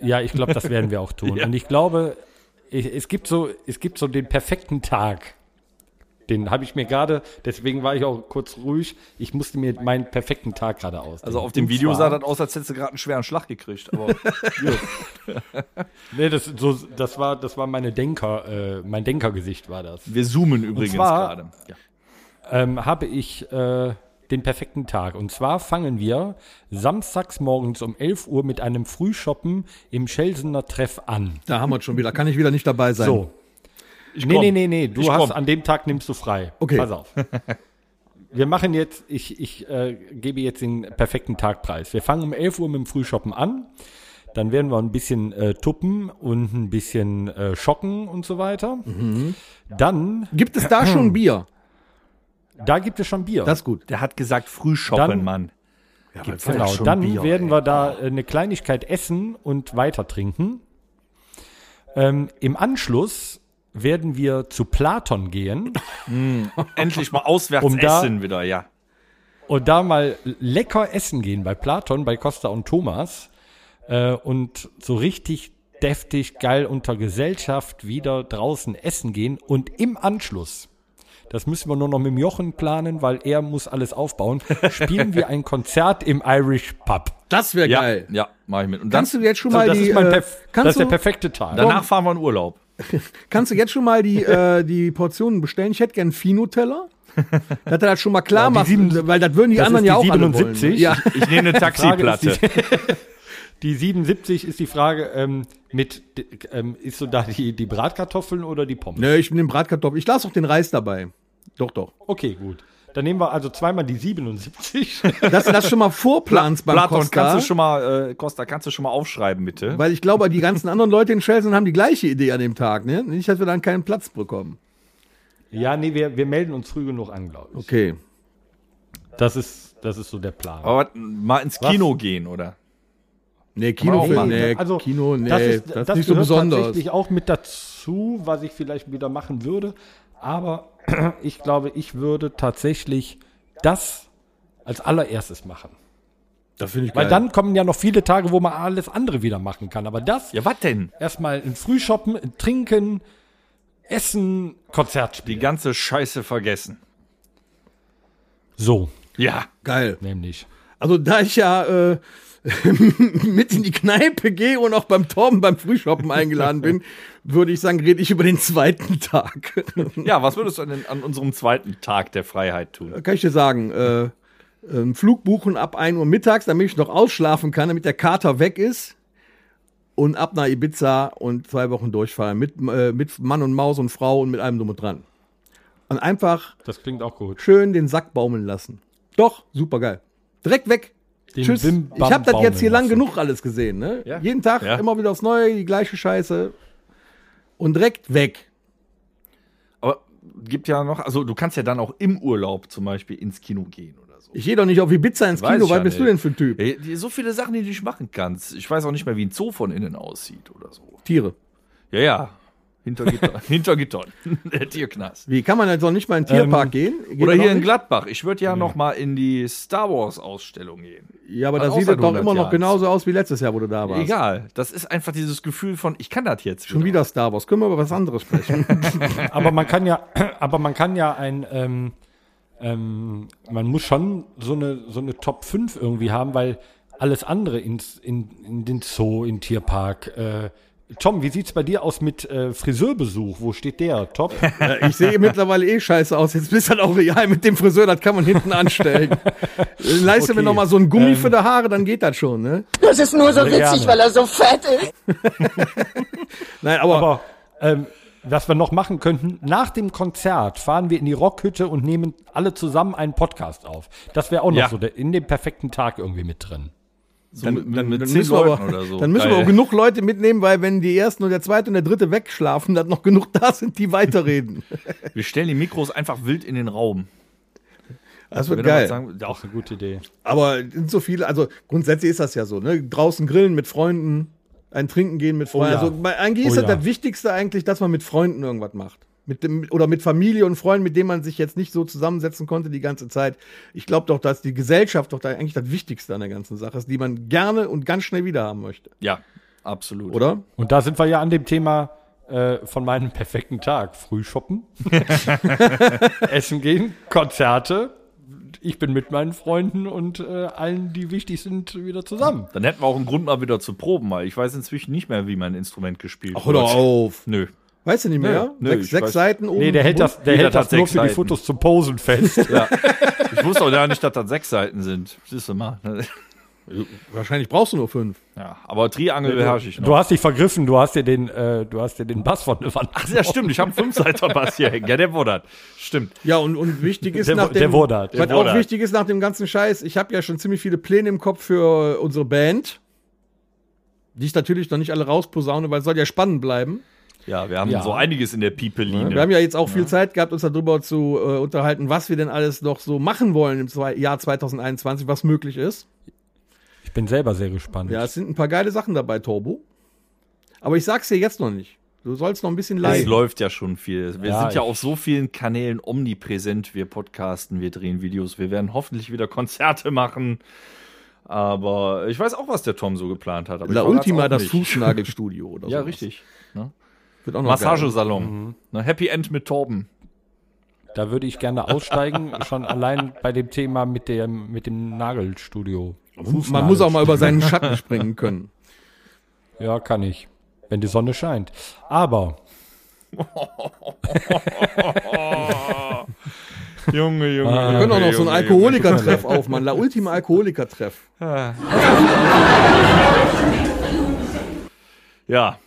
Speaker 3: dann.
Speaker 2: Ja, ich glaube, das werden wir auch tun.
Speaker 3: Ja.
Speaker 2: Und ich glaube, ich, es gibt so es gibt so den perfekten Tag. Den habe ich mir gerade, deswegen war ich auch kurz ruhig. Ich musste mir meinen perfekten Tag gerade aus.
Speaker 3: Also auf dem Video sah das aus, als hättest du gerade einen schweren Schlag gekriegt. Aber
Speaker 2: Nee, das, so, das war, das war meine Denker, äh, mein Denkergesicht war das.
Speaker 3: wir zoomen übrigens
Speaker 2: zwar-
Speaker 3: gerade. Ja.
Speaker 2: ähm, habe ich äh, den perfekten Tag. Und zwar fangen wir samstags morgens um 11 Uhr mit einem Frühshoppen im Schelsener Treff an.
Speaker 4: Da haben wir es schon wieder. Kann ich wieder nicht dabei sein.
Speaker 2: So.
Speaker 3: Ich
Speaker 2: Nee,
Speaker 3: komm.
Speaker 2: nee, nee, nee. Du
Speaker 3: Ich
Speaker 2: hast
Speaker 3: komm.
Speaker 2: an dem Tag nimmst du frei.
Speaker 4: Okay.
Speaker 2: Pass auf. Wir machen jetzt, ich, ich äh, gebe jetzt den perfekten Tagpreis. Wir fangen um 11 Uhr mit dem Frühshoppen an. Dann werden wir ein bisschen äh, tuppen und ein bisschen äh, schocken und so weiter. Dann,
Speaker 4: Gibt es da schon Bier?
Speaker 2: da gibt es schon Bier.
Speaker 4: Das ist gut.
Speaker 3: Der hat gesagt, früh shoppen,
Speaker 2: Dann-
Speaker 3: Mann.
Speaker 2: Genau, dann werden wir da äh, eine Kleinigkeit essen und weiter trinken. Ähm, Im Anschluss werden wir zu Platon gehen
Speaker 3: Endlich mal auswärts
Speaker 2: Um da-
Speaker 3: essen wieder, ja.
Speaker 2: und da mal lecker essen gehen bei Platon, bei Costa und Thomas äh, und so richtig deftig, geil unter Gesellschaft wieder draußen essen gehen und im Anschluss, das müssen wir nur noch mit dem Jochen planen, weil er muss alles aufbauen, spielen wir ein Konzert im Irish Pub.
Speaker 4: Das wäre
Speaker 3: Ja,
Speaker 4: geil.
Speaker 3: ja mach ich mit. Und
Speaker 4: Kannst du
Speaker 3: dann,
Speaker 4: jetzt schon
Speaker 2: So,
Speaker 4: mal
Speaker 2: das
Speaker 4: die
Speaker 2: ist mein
Speaker 4: äh,
Speaker 2: Perf das
Speaker 4: kannst
Speaker 2: ist der
Speaker 4: du,
Speaker 2: perfekte Tag.
Speaker 3: danach fahren wir in Urlaub.
Speaker 4: kannst du jetzt schon mal die äh, die Portionen bestellen? Ich hätte gern einen Fino-Teller. Dass er das schon mal klar
Speaker 2: die
Speaker 4: macht,
Speaker 2: sieben-
Speaker 4: weil das würden die
Speaker 2: das
Speaker 4: anderen
Speaker 2: ist
Speaker 4: ja
Speaker 2: die
Speaker 4: auch alle wollen.
Speaker 2: 77.
Speaker 4: Ja,
Speaker 3: Ich nehme eine Taxiplatte.
Speaker 2: Die 77 ist die Frage, ähm, mit d- ähm, ist so da die, die Bratkartoffeln oder die Pommes?
Speaker 4: ne, ich nehme Bratkartoffeln. Ich lasse auch den Reis dabei. Doch, doch.
Speaker 2: Okay, gut. Dann nehmen wir also zweimal die 77.
Speaker 4: Dass du das schon mal vorplanst beim
Speaker 3: Platon,
Speaker 4: Costa.
Speaker 3: kannst du schon mal, äh, Costa, kannst du schon mal aufschreiben, bitte?
Speaker 4: Weil ich glaube, die ganzen anderen Leute in Chelsea haben die gleiche Idee an dem Tag, ne? Nicht, dass wir dann keinen Platz bekommen.
Speaker 2: ja, nee, wir, wir melden uns früh genug an, glaube ich.
Speaker 4: Okay. Oh,
Speaker 2: Das ist, das ist so der Plan.
Speaker 3: Aber mal ins Kino gehen, oder?
Speaker 4: Nee, Kinofilm,
Speaker 2: Auch
Speaker 4: nee,
Speaker 2: mal. also,
Speaker 4: Kino, nee,
Speaker 2: das ist, das
Speaker 4: nicht so
Speaker 2: gehört
Speaker 4: besonders.
Speaker 2: tatsächlich auch mit dazu, was ich vielleicht wieder machen würde. Aber ich glaube, ich würde tatsächlich das als allererstes machen.
Speaker 4: Das finde ich
Speaker 2: Weil dann kommen ja noch viele Tage, wo man alles andere wieder machen kann. Aber das
Speaker 3: Ja, was denn?
Speaker 2: erstmal in Frühshoppen, in Trinken, Essen, Konzert
Speaker 3: Die
Speaker 2: spielen.
Speaker 3: ganze Scheiße vergessen.
Speaker 2: So,
Speaker 3: Ja.
Speaker 4: geil.
Speaker 2: nämlich.
Speaker 4: Also da ich ja äh, mit in die Kneipe gehe und auch beim Torben beim Frühshoppen eingeladen bin, würde ich sagen, rede ich über den zweiten Tag.
Speaker 3: Ja, was würdest du an, den, an unserem zweiten Tag der Freiheit tun?
Speaker 4: Kann ich dir sagen, äh, einen Flug buchen ab 1 Uhr mittags, damit ich noch ausschlafen kann, damit der Kater weg ist. Und ab nach Ibiza und zwei Wochen durchfahren mit, äh, mit Mann und Maus und Frau und mit allem drum und dran. Und einfach
Speaker 2: Das klingt auch gut.
Speaker 4: schön den Sack baumeln lassen. Doch, super geil. Direkt weg.
Speaker 2: Den
Speaker 4: Tschüss.
Speaker 2: Bim Bam
Speaker 4: ich habe das
Speaker 2: baumeln
Speaker 4: jetzt hier lang
Speaker 2: lassen.
Speaker 4: genug alles gesehen. Ne?
Speaker 3: Ja.
Speaker 4: Jeden Tag
Speaker 3: Ja.
Speaker 4: immer wieder aufs Neue, die gleiche Scheiße. Und direkt weg.
Speaker 3: Aber gibt ja noch, also du kannst ja dann auch im Urlaub zum Beispiel ins Kino gehen oder so.
Speaker 4: Ich gehe doch nicht auf Ibiza ins
Speaker 3: Weiß
Speaker 4: Kino.
Speaker 3: ich
Speaker 4: Was
Speaker 3: ja
Speaker 4: bist du
Speaker 3: nicht.
Speaker 4: denn für ein Typ?
Speaker 3: Ey, die- So viele Sachen, die du nicht machen kannst. Ich weiß auch nicht mehr, wie ein Zoo von innen aussieht oder so.
Speaker 4: Tiere.
Speaker 3: Ja, ja. Hinter Gittern. Hinter Gittern. Der Tierknast.
Speaker 4: Wie kann man jetzt auch nicht mal in den Tierpark gehen? Geht
Speaker 3: Ähm, Oder
Speaker 4: doch
Speaker 3: hier in
Speaker 4: nicht?
Speaker 3: Gladbach. Ich würde ja noch mal in die Star Wars Ausstellung gehen.
Speaker 4: Ja, aber
Speaker 3: Hat
Speaker 4: da
Speaker 3: auch
Speaker 4: sieht es
Speaker 3: seit
Speaker 4: doch
Speaker 3: 100
Speaker 4: immer noch
Speaker 3: Jahren.
Speaker 4: genauso aus wie letztes Jahr, wo du da warst.
Speaker 3: Egal. Das ist einfach dieses Gefühl von, ich kann das jetzt
Speaker 4: Schon wieder Star Wars. Können wir über was anderes sprechen?
Speaker 2: Aber man kann ja, aber man kann ja ein, ähm, ähm, man muss schon so eine, so eine Top 5 irgendwie haben, weil alles andere ins, in, in den Zoo, in den Tierpark, äh, Tom, wie sieht's bei dir aus mit äh, Friseurbesuch? Wo steht der? Top.
Speaker 4: ich sehe mittlerweile eh scheiße aus. Jetzt bist du halt auch real mit dem Friseur, das kann man hinten anstellen. Leiste mir
Speaker 2: Okay.
Speaker 4: noch mal so einen
Speaker 3: Ähm.
Speaker 4: Gummi für die Haare, dann geht das schon, ne?
Speaker 6: Das ist nur so
Speaker 2: gerne.
Speaker 6: witzig, weil er so fett ist.
Speaker 4: Nein, aber,
Speaker 2: Aber ähm, was wir noch machen könnten, nach dem Konzert fahren wir in die Rockhütte und nehmen alle zusammen einen Podcast auf. Das wäre auch noch
Speaker 3: Ja.
Speaker 2: so der, in dem perfekten Tag irgendwie mit drin.
Speaker 3: So dann, dann mit
Speaker 4: dann
Speaker 3: zehn
Speaker 4: müssen, wir
Speaker 3: Leuten
Speaker 4: aber,
Speaker 3: oder so.
Speaker 4: dann müssen wir
Speaker 3: Geil.
Speaker 4: auch genug Leute mitnehmen, weil wenn die ersten und der zweite und der dritte wegschlafen, dann noch genug da sind, die weiterreden.
Speaker 3: Wir stellen die Mikros einfach wild in den Raum.
Speaker 4: Das wird
Speaker 3: Wenn wir was
Speaker 4: geil.
Speaker 3: Sagen, auch
Speaker 2: eine gute Idee.
Speaker 4: Aber sind so viele, also grundsätzlich ist das ja so, ne? Draußen grillen mit Freunden, ein Trinken gehen
Speaker 3: Oh
Speaker 4: mit Freunden.
Speaker 2: ja.
Speaker 4: Also bei- eigentlich ist
Speaker 2: Oh
Speaker 4: das
Speaker 2: ja.
Speaker 4: das Wichtigste eigentlich, dass man mit Freunden irgendwas macht. Mit dem, oder mit Familie und Freunden, mit denen man sich jetzt nicht so zusammensetzen konnte die ganze Zeit. Ich glaube doch, dass die Gesellschaft doch da eigentlich das Wichtigste an der ganzen Sache ist, die man gerne und ganz schnell wieder haben möchte,
Speaker 3: ja, absolut.
Speaker 4: oder?
Speaker 2: Und da sind wir ja an dem Thema äh, von meinem perfekten Tag. Frühshoppen, Essen gehen, Konzerte. Ich bin mit meinen Freunden und äh, allen, die wichtig sind, wieder zusammen.
Speaker 3: Dann hätten wir auch einen Grund mal wieder zu proben, weil ich weiß inzwischen nicht mehr, wie mein Instrument gespielt wird.
Speaker 4: auf.
Speaker 3: Nö.
Speaker 4: Weißt du nicht mehr?
Speaker 3: Nö,
Speaker 4: sechs
Speaker 3: ich
Speaker 4: sechs
Speaker 3: weiß-
Speaker 4: Seiten oben.
Speaker 2: Nee, der hält das, der
Speaker 3: Jeder
Speaker 2: hält das
Speaker 3: hat
Speaker 2: nur
Speaker 3: sechs
Speaker 2: für die
Speaker 3: Seiten.
Speaker 2: Fotos zum Posen fest.
Speaker 3: Ich wusste auch gar nicht, dass das sechs Seiten sind. Siehst du mal. ne?
Speaker 4: Wahrscheinlich brauchst du nur fünf.
Speaker 3: Ja, aber Triangel beherrsche ich noch.
Speaker 2: Du hast dich vergriffen, du hast dir den, äh, du hast dir den Bass von der Wand
Speaker 3: Ja, stimmt, ich habe einen Fünfseiter-Bass hier hängen. Ja, der wurde. halt. Stimmt.
Speaker 4: Ja, und, und wichtig ist
Speaker 2: Der
Speaker 4: nach
Speaker 2: Wo-
Speaker 4: dem,
Speaker 2: der Wodat, der
Speaker 4: was auch
Speaker 3: Wodat.
Speaker 4: wichtig ist nach dem ganzen Scheiß, ich habe ja schon ziemlich viele Pläne im Kopf für äh, unsere Band, die ich natürlich noch nicht alle rausposaune, weil es soll ja spannend bleiben.
Speaker 3: Ja, wir haben
Speaker 2: Ja.
Speaker 3: so einiges in der Pipeline.
Speaker 4: Wir haben ja jetzt auch viel Zeit gehabt, uns darüber zu äh, unterhalten, was wir denn alles noch so machen wollen im zwei, Jahr 2021, was möglich ist.
Speaker 2: Ich bin selber sehr gespannt.
Speaker 4: Ja, es sind ein paar geile Sachen dabei, Turbo. Aber ich sag's dir jetzt noch nicht. Du sollst noch ein bisschen
Speaker 3: Es
Speaker 4: leiden.
Speaker 3: läuft ja schon viel. Wir
Speaker 2: Ja,
Speaker 3: sind ja
Speaker 2: ich-
Speaker 3: auf so vielen Kanälen omnipräsent. Wir podcasten, wir drehen Videos, wir werden hoffentlich wieder Konzerte machen. Aber ich weiß auch, was der Tom so geplant hat. Aber ich
Speaker 4: La
Speaker 3: verrat's auch
Speaker 4: Ultima, das
Speaker 3: nicht.
Speaker 4: Fußnagelstudio oder
Speaker 3: Ja,
Speaker 4: sowas.
Speaker 3: richtig.
Speaker 4: Wird auch noch geil. Mhm.
Speaker 3: Massagesalon. Ne, Happy End mit Torben.
Speaker 2: Da würde ich gerne aussteigen, schon allein bei dem Thema mit dem, mit dem Nagelstudio.
Speaker 4: Man muss auch mal über seinen Schatten springen können.
Speaker 2: Ja, kann ich. Wenn die Sonne scheint. Aber
Speaker 3: Junge, Junge.
Speaker 4: Ah, Wir können auch noch so einen Alkoholikertreff aufmachen. La Ultima Alkoholikertreff.
Speaker 3: Ja.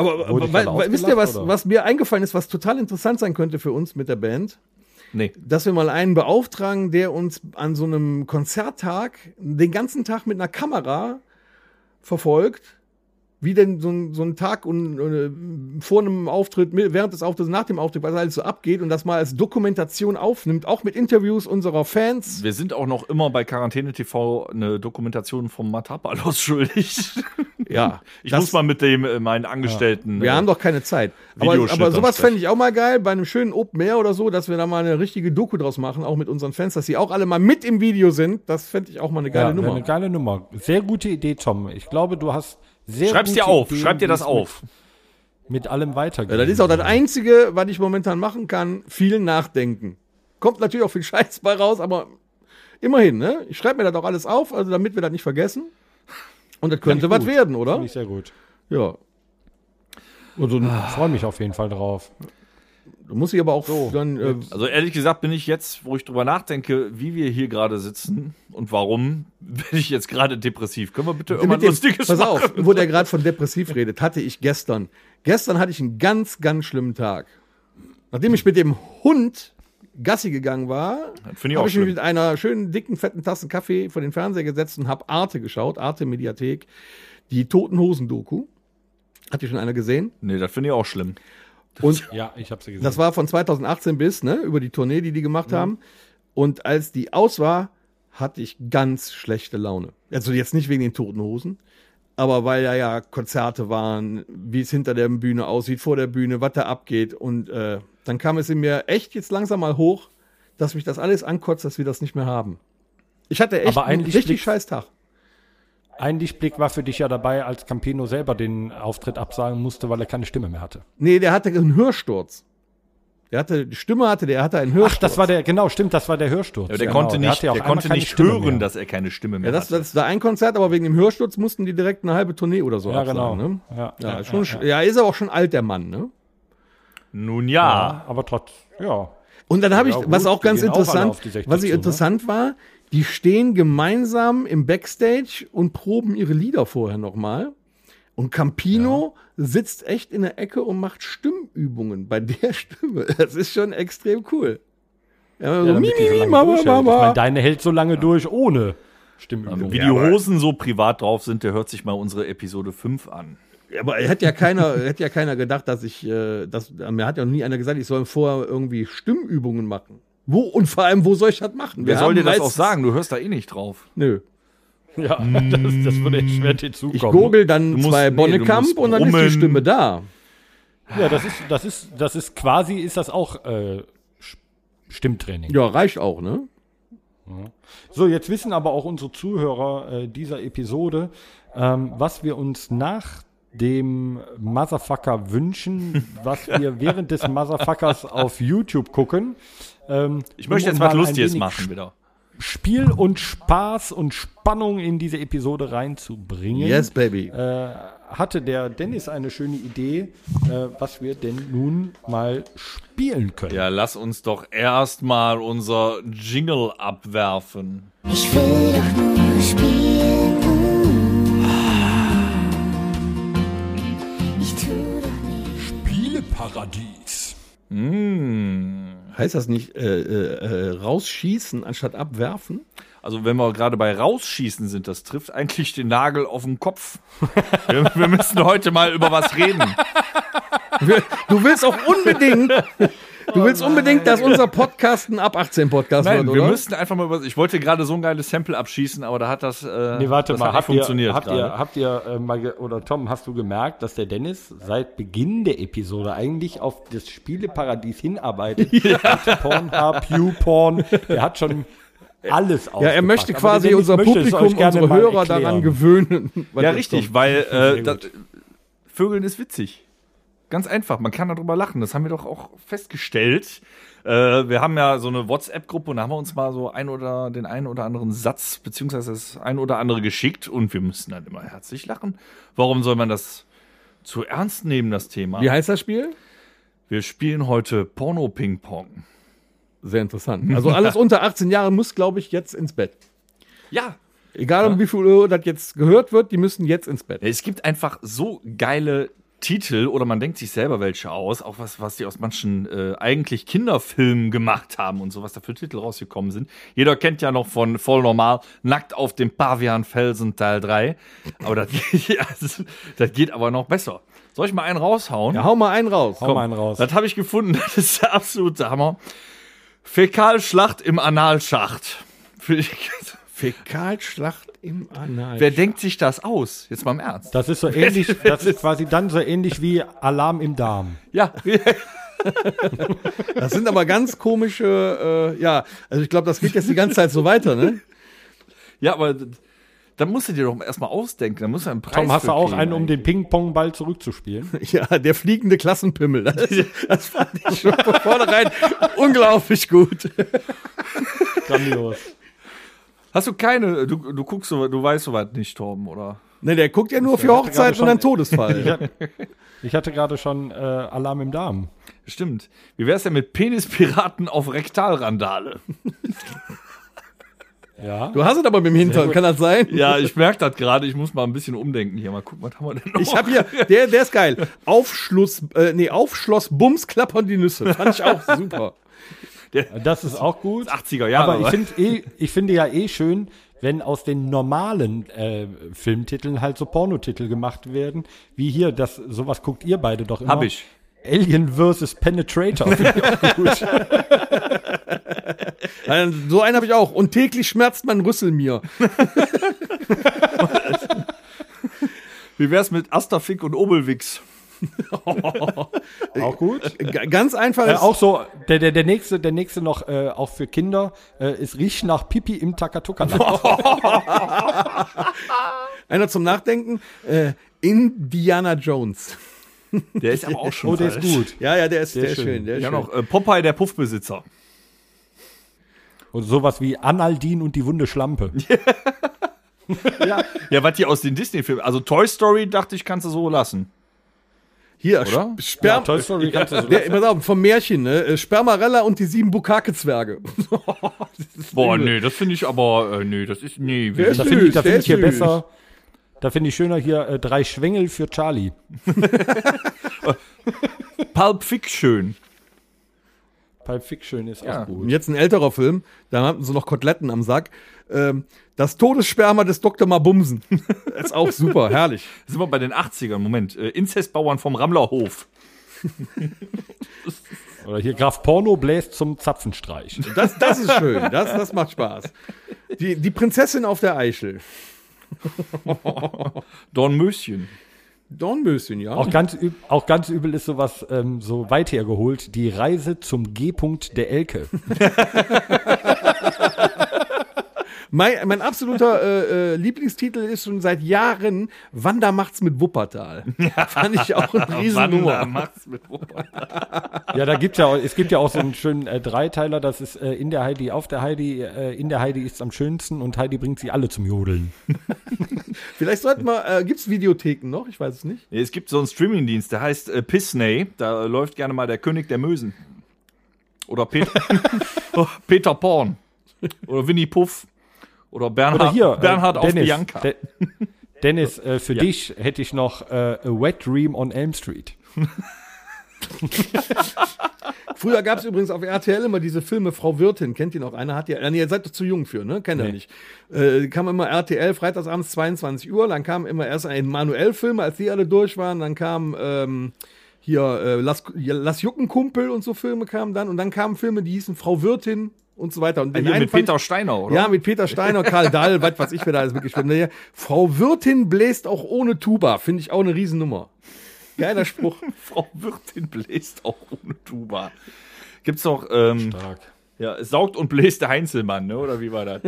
Speaker 4: Aber,
Speaker 2: Wurde
Speaker 4: aber
Speaker 2: ich
Speaker 4: weil,
Speaker 2: gerade
Speaker 4: weil, wisst ihr, was,
Speaker 2: ausgelacht, oder?
Speaker 4: was mir eingefallen ist, was total interessant sein könnte für uns mit der Band?
Speaker 3: Nee.
Speaker 4: Dass wir mal einen beauftragen, der uns an so einem Konzerttag den ganzen Tag mit einer Kamera verfolgt. Wie denn so ein, so ein Tag und, und äh, vor einem Auftritt, mi- während des Auftritts, nach dem Auftritt, was alles so abgeht und das mal als Dokumentation aufnimmt, auch mit Interviews unserer Fans.
Speaker 3: Wir sind auch noch immer bei Quarantäne TV eine Dokumentation vom Matapalos schuldig.
Speaker 4: Ja,
Speaker 3: Ich
Speaker 4: das-
Speaker 3: muss mal mit dem äh, meinen Angestellten.
Speaker 4: Wir
Speaker 3: äh,
Speaker 4: haben doch keine Zeit. Aber,
Speaker 3: Videoschnitt
Speaker 4: aber sowas
Speaker 3: am Start.
Speaker 4: fände ich auch mal geil, bei einem schönen Open Air oder so, dass wir da mal eine richtige Doku draus machen, auch mit unseren Fans, dass sie auch alle mal mit im Video sind. Das fände ich auch mal eine geile
Speaker 2: ja,
Speaker 4: Nummer.
Speaker 2: eine geile Nummer. Sehr gute Idee, Tom. Ich glaube, du hast sehr
Speaker 3: Schreib's dir
Speaker 2: gute
Speaker 3: auf,
Speaker 2: Ideen,
Speaker 3: schreib dir
Speaker 2: wie
Speaker 3: das
Speaker 2: es
Speaker 3: auf.
Speaker 2: Mit, mit allem weitergeht.
Speaker 4: ja, das ist auch das Einzige, was ich momentan machen kann, viel nachdenken. Kommt natürlich auch viel Scheiß bei raus, aber immerhin, ne? Ich schreibe mir das auch alles auf, also damit wir das nicht vergessen. Und das könnte was
Speaker 2: gut.
Speaker 4: werden, oder?
Speaker 2: Finde ich sehr gut.
Speaker 4: Ja.
Speaker 2: Also,
Speaker 3: Ah.
Speaker 2: ich freue mich auf jeden Fall drauf.
Speaker 4: Da muss ich aber auch dann. Äh,
Speaker 3: Also ehrlich gesagt bin ich jetzt, wo ich drüber nachdenke, wie wir hier gerade sitzen und warum, bin ich jetzt gerade depressiv. Können wir bitte irgendwann
Speaker 4: mit dem,
Speaker 3: lustiges
Speaker 4: pass
Speaker 3: machen?
Speaker 4: auf, wo der gerade von depressiv redet, hatte ich gestern. Gestern hatte ich einen ganz, ganz schlimmen Tag. Nachdem ich mit dem Hund Gassi gegangen war,
Speaker 3: find ich auch
Speaker 4: habe ich mich
Speaker 3: schlimm.
Speaker 4: mit einer schönen, dicken, fetten Tasse Kaffee vor den Fernseher gesetzt und habe Arte geschaut, Arte Mediathek, die Toten Hosen Doku. Hat die schon einer gesehen?
Speaker 3: Nee, das finde ich auch schlimm.
Speaker 4: Und
Speaker 2: Ja, ich habe sie gesehen.
Speaker 4: das war von 2018 bis, ne, über die Tournee, die die gemacht haben. Und als die aus war, hatte ich ganz schlechte Laune. Also jetzt nicht wegen den toten Hosen, aber weil da ja Konzerte waren, wie es hinter der Bühne aussieht, vor der Bühne, was da abgeht. Und äh, dann kam es in mir echt jetzt langsam mal hoch, dass mich das alles ankotzt, dass wir das nicht mehr haben. Ich hatte echt
Speaker 2: Aber
Speaker 4: einen
Speaker 2: eigentlich
Speaker 4: richtig
Speaker 2: liegt's-
Speaker 4: scheiß Tag.
Speaker 2: Ein Lichtblick war für dich ja dabei, als Campino selber den Auftritt absagen musste, weil er keine Stimme mehr hatte.
Speaker 4: Nee, der hatte einen Hörsturz. Der hatte, die Stimme hatte, der hatte einen Hörsturz.
Speaker 2: Ach, das war der, genau, stimmt, das war der Hörsturz.
Speaker 3: Ja, der
Speaker 2: genau,
Speaker 3: konnte nicht,
Speaker 2: hatte ja
Speaker 3: der
Speaker 2: auf einmal
Speaker 3: konnte
Speaker 2: keine
Speaker 3: nicht
Speaker 2: Stimme
Speaker 3: hören,
Speaker 2: mehr.
Speaker 3: dass er keine Stimme mehr
Speaker 4: Ja, das,
Speaker 3: hat.
Speaker 4: das war ein Konzert, aber wegen dem Hörsturz mussten die direkt eine halbe Tournee oder so
Speaker 2: Ja, genau.
Speaker 4: absagen, ne?
Speaker 2: Ja,
Speaker 4: Ja,
Speaker 2: ja,
Speaker 4: schon, ja, ist aber auch schon alt, der Mann, ne?
Speaker 3: Nun ja.
Speaker 2: Ja, aber trotz, ja.
Speaker 4: Und dann habe ich,
Speaker 2: Ja, gut,
Speaker 4: was auch
Speaker 2: die
Speaker 4: ganz
Speaker 2: gehen auch alle
Speaker 4: interessant,
Speaker 2: auf die 60
Speaker 4: was ich
Speaker 2: zu, ne?
Speaker 4: interessant war, die stehen gemeinsam im Backstage und proben ihre Lieder vorher nochmal. Und Campino sitzt echt in der Ecke und macht Stimmübungen bei der Stimme. Das ist schon extrem cool. Ja, so, mi,
Speaker 2: damit die so
Speaker 4: mi, mi,
Speaker 2: lange
Speaker 4: mama,
Speaker 2: durchhält. Ich
Speaker 4: mama.
Speaker 2: meine, deine hält so lange durch ohne Stimmübung.
Speaker 3: Wie die Hosen so privat drauf sind, der hört sich mal unsere Episode 5 an.
Speaker 4: Aber hätte ja keiner, hätte ja keiner gedacht, dass ich, äh, das, mir hat ja noch nie einer gesagt, ich soll vorher irgendwie Stimmübungen machen. Wo und vor allem, wo soll ich das machen?
Speaker 3: Wer
Speaker 4: Wir
Speaker 3: soll
Speaker 4: haben
Speaker 3: dir das auch
Speaker 4: meistens-
Speaker 3: sagen? Du hörst da eh nicht drauf.
Speaker 4: Nö.
Speaker 2: Ja, das, das würde echt schwer hinzukommen.
Speaker 4: Ich google dann
Speaker 3: Du musst-
Speaker 4: zwei
Speaker 3: nee,
Speaker 4: Bonnekamp
Speaker 3: du musst
Speaker 4: und dann ist
Speaker 3: brummen.
Speaker 4: die Stimme da.
Speaker 2: Ja, das ist, das ist, das ist quasi, ist das auch äh, Sch- Stimmtraining.
Speaker 4: Ja, reicht auch, ne?
Speaker 2: So, jetzt wissen aber auch unsere Zuhörer äh, dieser Episode, ähm, was wir uns nach dem Motherfucker wünschen, was wir während des Motherfuckers auf YouTube gucken. Ähm,
Speaker 3: Ich möchte
Speaker 2: um
Speaker 3: jetzt was
Speaker 2: mal ein
Speaker 3: Lustiges
Speaker 2: wenig
Speaker 3: machen wieder.
Speaker 2: Spiel und Spaß und Spannung in diese Episode reinzubringen.
Speaker 4: Yes, baby.
Speaker 2: hatte der Dennis eine schöne Idee, äh, was wir denn nun mal spielen können.
Speaker 3: Ja, lass uns doch erstmal unser Jingle abwerfen.
Speaker 7: Ich will doch nur spielen. Ich tu doch
Speaker 2: Spieleparadies.
Speaker 4: heißt das nicht äh, äh, äh, rausschießen anstatt abwerfen?
Speaker 3: Also wenn wir gerade bei rausschießen sind, das trifft eigentlich den Nagel auf den Kopf. Wir, wir müssen heute mal über was reden.
Speaker 4: Du willst auch unbedingt Du willst unbedingt, dass unser Podcast ein ab 18 Podcast
Speaker 3: Nein,
Speaker 4: wird,
Speaker 3: Also wir
Speaker 4: oder?
Speaker 3: müssten einfach mal über. Ich wollte gerade so ein geiles Sample abschießen, aber da hat das. Äh,
Speaker 2: Nee, warte
Speaker 3: das
Speaker 2: mal,
Speaker 3: hat nicht
Speaker 2: habt
Speaker 3: funktioniert
Speaker 2: ihr, habt
Speaker 3: gerade.
Speaker 2: ihr, habt ihr äh, mal ge- oder Tom, hast du gemerkt, dass der Dennis seit Beginn der Episode eigentlich auf das Spieleparadies hinarbeitet? Mit Pornhub, YouPorn, der hat schon alles ausgepackt.
Speaker 4: ja, er möchte
Speaker 2: Aber
Speaker 4: quasi
Speaker 2: Dennis
Speaker 4: unser
Speaker 2: möchte es euch
Speaker 4: Publikum,
Speaker 2: gerne
Speaker 4: unsere
Speaker 2: mal
Speaker 4: Hörer
Speaker 2: erklären.
Speaker 4: daran gewöhnen. was
Speaker 3: Ja,
Speaker 2: Also
Speaker 4: jetzt
Speaker 3: richtig,
Speaker 4: kommt.
Speaker 3: weil äh,
Speaker 2: Sehr
Speaker 3: das,
Speaker 2: gut.
Speaker 3: Vögeln ist witzig. Ganz einfach, man kann darüber lachen. Das haben wir doch auch festgestellt. Äh, wir haben ja so eine WhatsApp-Gruppe und da haben wir uns mal so ein oder den einen oder anderen Satz beziehungsweise das ein oder andere geschickt und wir müssen dann immer herzlich lachen. Warum soll man das zu ernst nehmen, das Thema?
Speaker 4: Wie heißt das Spiel?
Speaker 3: Wir spielen heute Porno-Ping-Pong.
Speaker 4: Sehr interessant. Also alles unter 18 Jahren muss, glaube ich, jetzt ins Bett.
Speaker 3: Ja,
Speaker 4: Egal, um wie viel Uhr das jetzt gehört wird, die müssen jetzt ins Bett.
Speaker 3: Es gibt einfach so geile Titel oder man denkt sich selber welche aus, auch was, was die aus manchen äh, eigentlich Kinderfilmen gemacht haben und so, was da für Titel rausgekommen sind. Jeder kennt ja noch von Voll Normal, Nackt auf dem Pavianfelsen Teil 3. Aber das, geht- also, das geht aber noch besser. Soll ich mal einen raushauen?
Speaker 4: Ja, hau mal einen raus.
Speaker 2: Komm, einen raus.
Speaker 3: Das habe ich gefunden, das ist der absolute Hammer. Fäkalschlacht im Analschacht. Finde ich-
Speaker 4: Fäkalschlacht im Anal.
Speaker 3: Wer denkt sich das aus? Jetzt mal im Ernst.
Speaker 2: Das ist so ähnlich, das ist quasi dann so ähnlich wie Alarm im Darm.
Speaker 3: Ja,
Speaker 4: Das sind aber ganz komische, äh, ja, also ich glaube, das geht jetzt die ganze Zeit so weiter, ne?
Speaker 3: Ja, aber d- dann musst du dir doch erstmal ausdenken. Dann musst du einen Preis.
Speaker 2: Tom, hast
Speaker 3: für
Speaker 2: du auch
Speaker 3: kriegen
Speaker 2: einen, um
Speaker 3: eigentlich.
Speaker 2: den Ping-Pong-Ball zurückzuspielen?
Speaker 4: Ja, der fliegende Klassenpimmel. Das, das fand ich schon von vornherein unglaublich gut.
Speaker 2: Grandios.
Speaker 3: Hast du keine? Du, du guckst, so, du weißt soweit nicht, Tom, oder?
Speaker 4: Ne, der guckt ja nur für
Speaker 2: gerade
Speaker 4: Hochzeit
Speaker 2: schon-
Speaker 4: und einen Todesfall.
Speaker 2: Ich hatte gerade schon äh, Alarm im Darm.
Speaker 3: Stimmt. Wie wär's denn mit Penispiraten auf Rektalrandale?
Speaker 2: Ja.
Speaker 4: Du hast es aber mit dem Hintern, kann das sein?
Speaker 3: Ja, ich merke das gerade. Ich muss mal ein bisschen umdenken hier. Mal gucken, was haben wir denn noch?
Speaker 4: Ich habe hier, der, der ist geil. Aufschluss, äh, nee, Aufschloss, Bums, klappern die Nüsse. Fand ich auch super.
Speaker 2: Das ist auch gut.
Speaker 3: 80er Jahre.
Speaker 2: Aber ich
Speaker 3: wa?
Speaker 2: finde eh, ich finde ja eh schön, wenn aus den normalen äh, Filmtiteln halt so Pornotitel gemacht werden, wie hier, das sowas guckt ihr beide doch immer.
Speaker 3: Hab ich.
Speaker 2: Alien vs. Penetrator.
Speaker 4: Äh, So einen habe ich auch. Und täglich schmerzt mein Rüssel mir.
Speaker 3: wie wär's mit Asterfick und Obelwix?
Speaker 2: auch gut.
Speaker 4: G ganz einfach
Speaker 2: Äh,
Speaker 4: ist,
Speaker 2: auch so, der, der, der nächste, der nächste noch, äh, auch für Kinder, äh, es riecht nach Pipi im Takatuka.
Speaker 4: einer zum Nachdenken, äh, Indiana Jones.
Speaker 3: Der ist aber auch schon.
Speaker 2: oh, der ist
Speaker 3: alt.
Speaker 2: gut.
Speaker 4: Ja, ja, der ist, der,
Speaker 2: ist
Speaker 4: ist schön.
Speaker 2: schön.
Speaker 4: der ist
Speaker 3: Ja,
Speaker 4: schön.
Speaker 3: noch äh, Popeye, der Puffbesitzer.
Speaker 2: Und sowas wie Analdin und die wunde Schlampe.
Speaker 3: Ja, was die aus den Disney-Filmen. Also Toy Story dachte ich, kannst du so lassen.
Speaker 4: Hier,
Speaker 3: Oder?
Speaker 4: Sp- Sperm.
Speaker 2: Toy Story kannst du so
Speaker 4: der, pass auf, vom Märchen, ne? Äh, Spermarella und die sieben Bukake-Zwerge.
Speaker 3: Boah, nee, das finde ich aber, äh, nee, das ist, nee.
Speaker 4: Der ist
Speaker 2: Da finde ich, da
Speaker 4: süß, der
Speaker 2: find ich hier
Speaker 4: ist süß.
Speaker 2: besser. Da finde ich schöner hier äh, drei Schwengel für Charlie.
Speaker 3: Pulp Fiction.
Speaker 2: Pulp Fiction ist auch gut.
Speaker 4: Und jetzt ein älterer Film, da hatten sie noch Koteletten am Sack. Ähm, das Todessperma des Dr. Mabumsen. Das ist auch super, herrlich.
Speaker 3: Sind wir bei den 80ern? Moment. Äh, Inzestbauern vom Rammlerhof.
Speaker 2: Oder hier Graf Porno bläst zum Zapfenstreich.
Speaker 4: Das, das ist schön, das, das macht Spaß. Die, die Prinzessin auf der Eichel.
Speaker 3: Dornmöschen.
Speaker 4: Dornmöschen, ja.
Speaker 2: Auch ganz, üb auch ganz übel ist sowas ähm, so weit hergeholt. Die Reise zum G-Punkt der Elke.
Speaker 4: Mein, mein absoluter äh, äh, Lieblingstitel ist schon seit Jahren Wanda macht's mit Wuppertal. Fand ich auch ein
Speaker 3: Wanda
Speaker 4: Riesennummer.
Speaker 3: macht's mit Wuppertal.
Speaker 2: Ja, da gibt's ja, auch- es gibt ja auch so einen schönen äh, Dreiteiler. Das ist äh, in der Heidi, auf der Heidi, äh, in der Heidi ist's am schönsten und Heidi bringt sie alle zum Jodeln.
Speaker 4: Vielleicht sollten wir, äh, gibt's Videotheken noch? Ich weiß es nicht.
Speaker 3: Es gibt so einen Streamingdienst, der heißt äh, Pisney. Da läuft gerne mal der König der Mösen. Oder Peter, Peter Porn. Oder Winnie Puff. Oder Bernhard,
Speaker 2: Oder hier, äh,
Speaker 3: Ah, Bernhard auf
Speaker 2: Dennis,
Speaker 3: Bianca.
Speaker 2: De Dennis, äh, für dich hätte ich noch äh, A Wet Dream on Elm Street.
Speaker 4: Früher gab's übrigens auf RTL immer diese Filme Frau Wirtin, kennt ihr noch? Einer hat ja, äh, nee, ihr seid doch zu jung für, ne? Kennt ihr nicht. Äh, kam immer RTL freitagsabends 22 Uhr, dann kam immer erst ein Manuel-Film, als die alle durch waren, dann kam ähm, hier äh, Lass, hier Lass Jucken Kumpel und so Filme kamen dann. Und dann kamen Filme, die hießen Frau Wirtin und so weiter. Und den
Speaker 3: Hier
Speaker 4: einen
Speaker 3: mit
Speaker 4: fand ich-
Speaker 3: Peter Steiner, oder?
Speaker 4: ja, mit Peter Steiner, Karl Dall, was weiß ich, wer da alles mitgeschrieben hat. Frau Wirtin bläst auch ohne Tuba, finde ich auch eine Riesennummer. Geiler Spruch.
Speaker 3: Frau Wirtin bläst auch ohne Tuba. Gibt's doch, ähm,
Speaker 2: Stark.
Speaker 3: ja, es saugt und bläst der Heinzelmann, ne? Oder wie war das?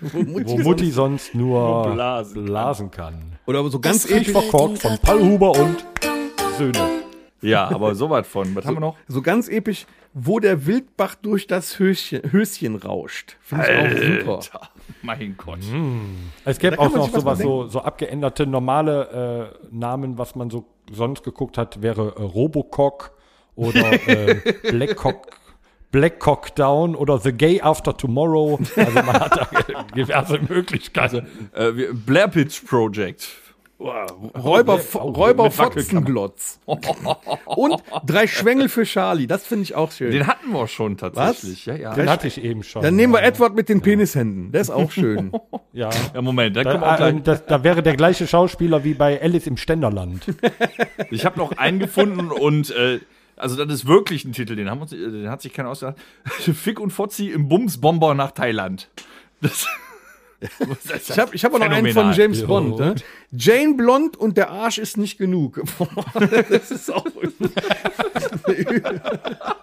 Speaker 2: Wo Mutti sonst nur
Speaker 3: blasen kann.
Speaker 2: blasen kann.
Speaker 4: Oder so ganz
Speaker 2: Ich
Speaker 4: episch,
Speaker 2: verkorkt von Paul Huber und Söhne.
Speaker 3: ja, aber sowas von. Was haben wir noch?
Speaker 4: so ganz episch, wo der Wildbach durch das Höschen, Höschen rauscht. Finde ich auch super.
Speaker 3: Äh, Mein Gott.
Speaker 2: Es gäbe
Speaker 4: kann
Speaker 2: auch
Speaker 4: man
Speaker 2: noch
Speaker 4: sich was
Speaker 2: sowas,
Speaker 4: mal
Speaker 2: so, so abgeänderte normale äh, Namen, was man so sonst geguckt hat, wäre äh, Robocock oder äh, Blackcock. Blackcock Down oder The Gay After Tomorrow. Also man hat da
Speaker 3: also
Speaker 2: diverse
Speaker 4: Also,
Speaker 2: Möglichkeiten.
Speaker 3: Äh, wir- Blair Pitch Project.
Speaker 4: Räuber,
Speaker 2: oh,
Speaker 4: Räuber
Speaker 3: mit Wackelkammer.
Speaker 4: Fotzenglotz. Und drei Schwängel für Charlie. Das finde ich auch schön.
Speaker 3: Den hatten wir schon tatsächlich. Ja, ja.
Speaker 2: Den hatte ich eben schon.
Speaker 4: dann nehmen wir Edward mit den Penishänden. Der ist auch schön.
Speaker 2: ja.
Speaker 3: ja Moment, dann kommt auch
Speaker 2: Da,
Speaker 3: gleich.
Speaker 2: äh, das, da wäre der gleiche Schauspieler wie bei Alice im Ständerland.
Speaker 3: Ich habe noch einen gefunden und äh, also das ist wirklich ein Titel, den, haben uns, äh, den hat sich keiner ausgedacht. Fick und Fotzi im Bumsbomber nach Thailand. Das,
Speaker 4: Ich habe ich hab auch noch einen von
Speaker 3: Phänomenal.
Speaker 4: James Bond. Ne? Jane Blond und der Arsch ist nicht genug. das ist auch.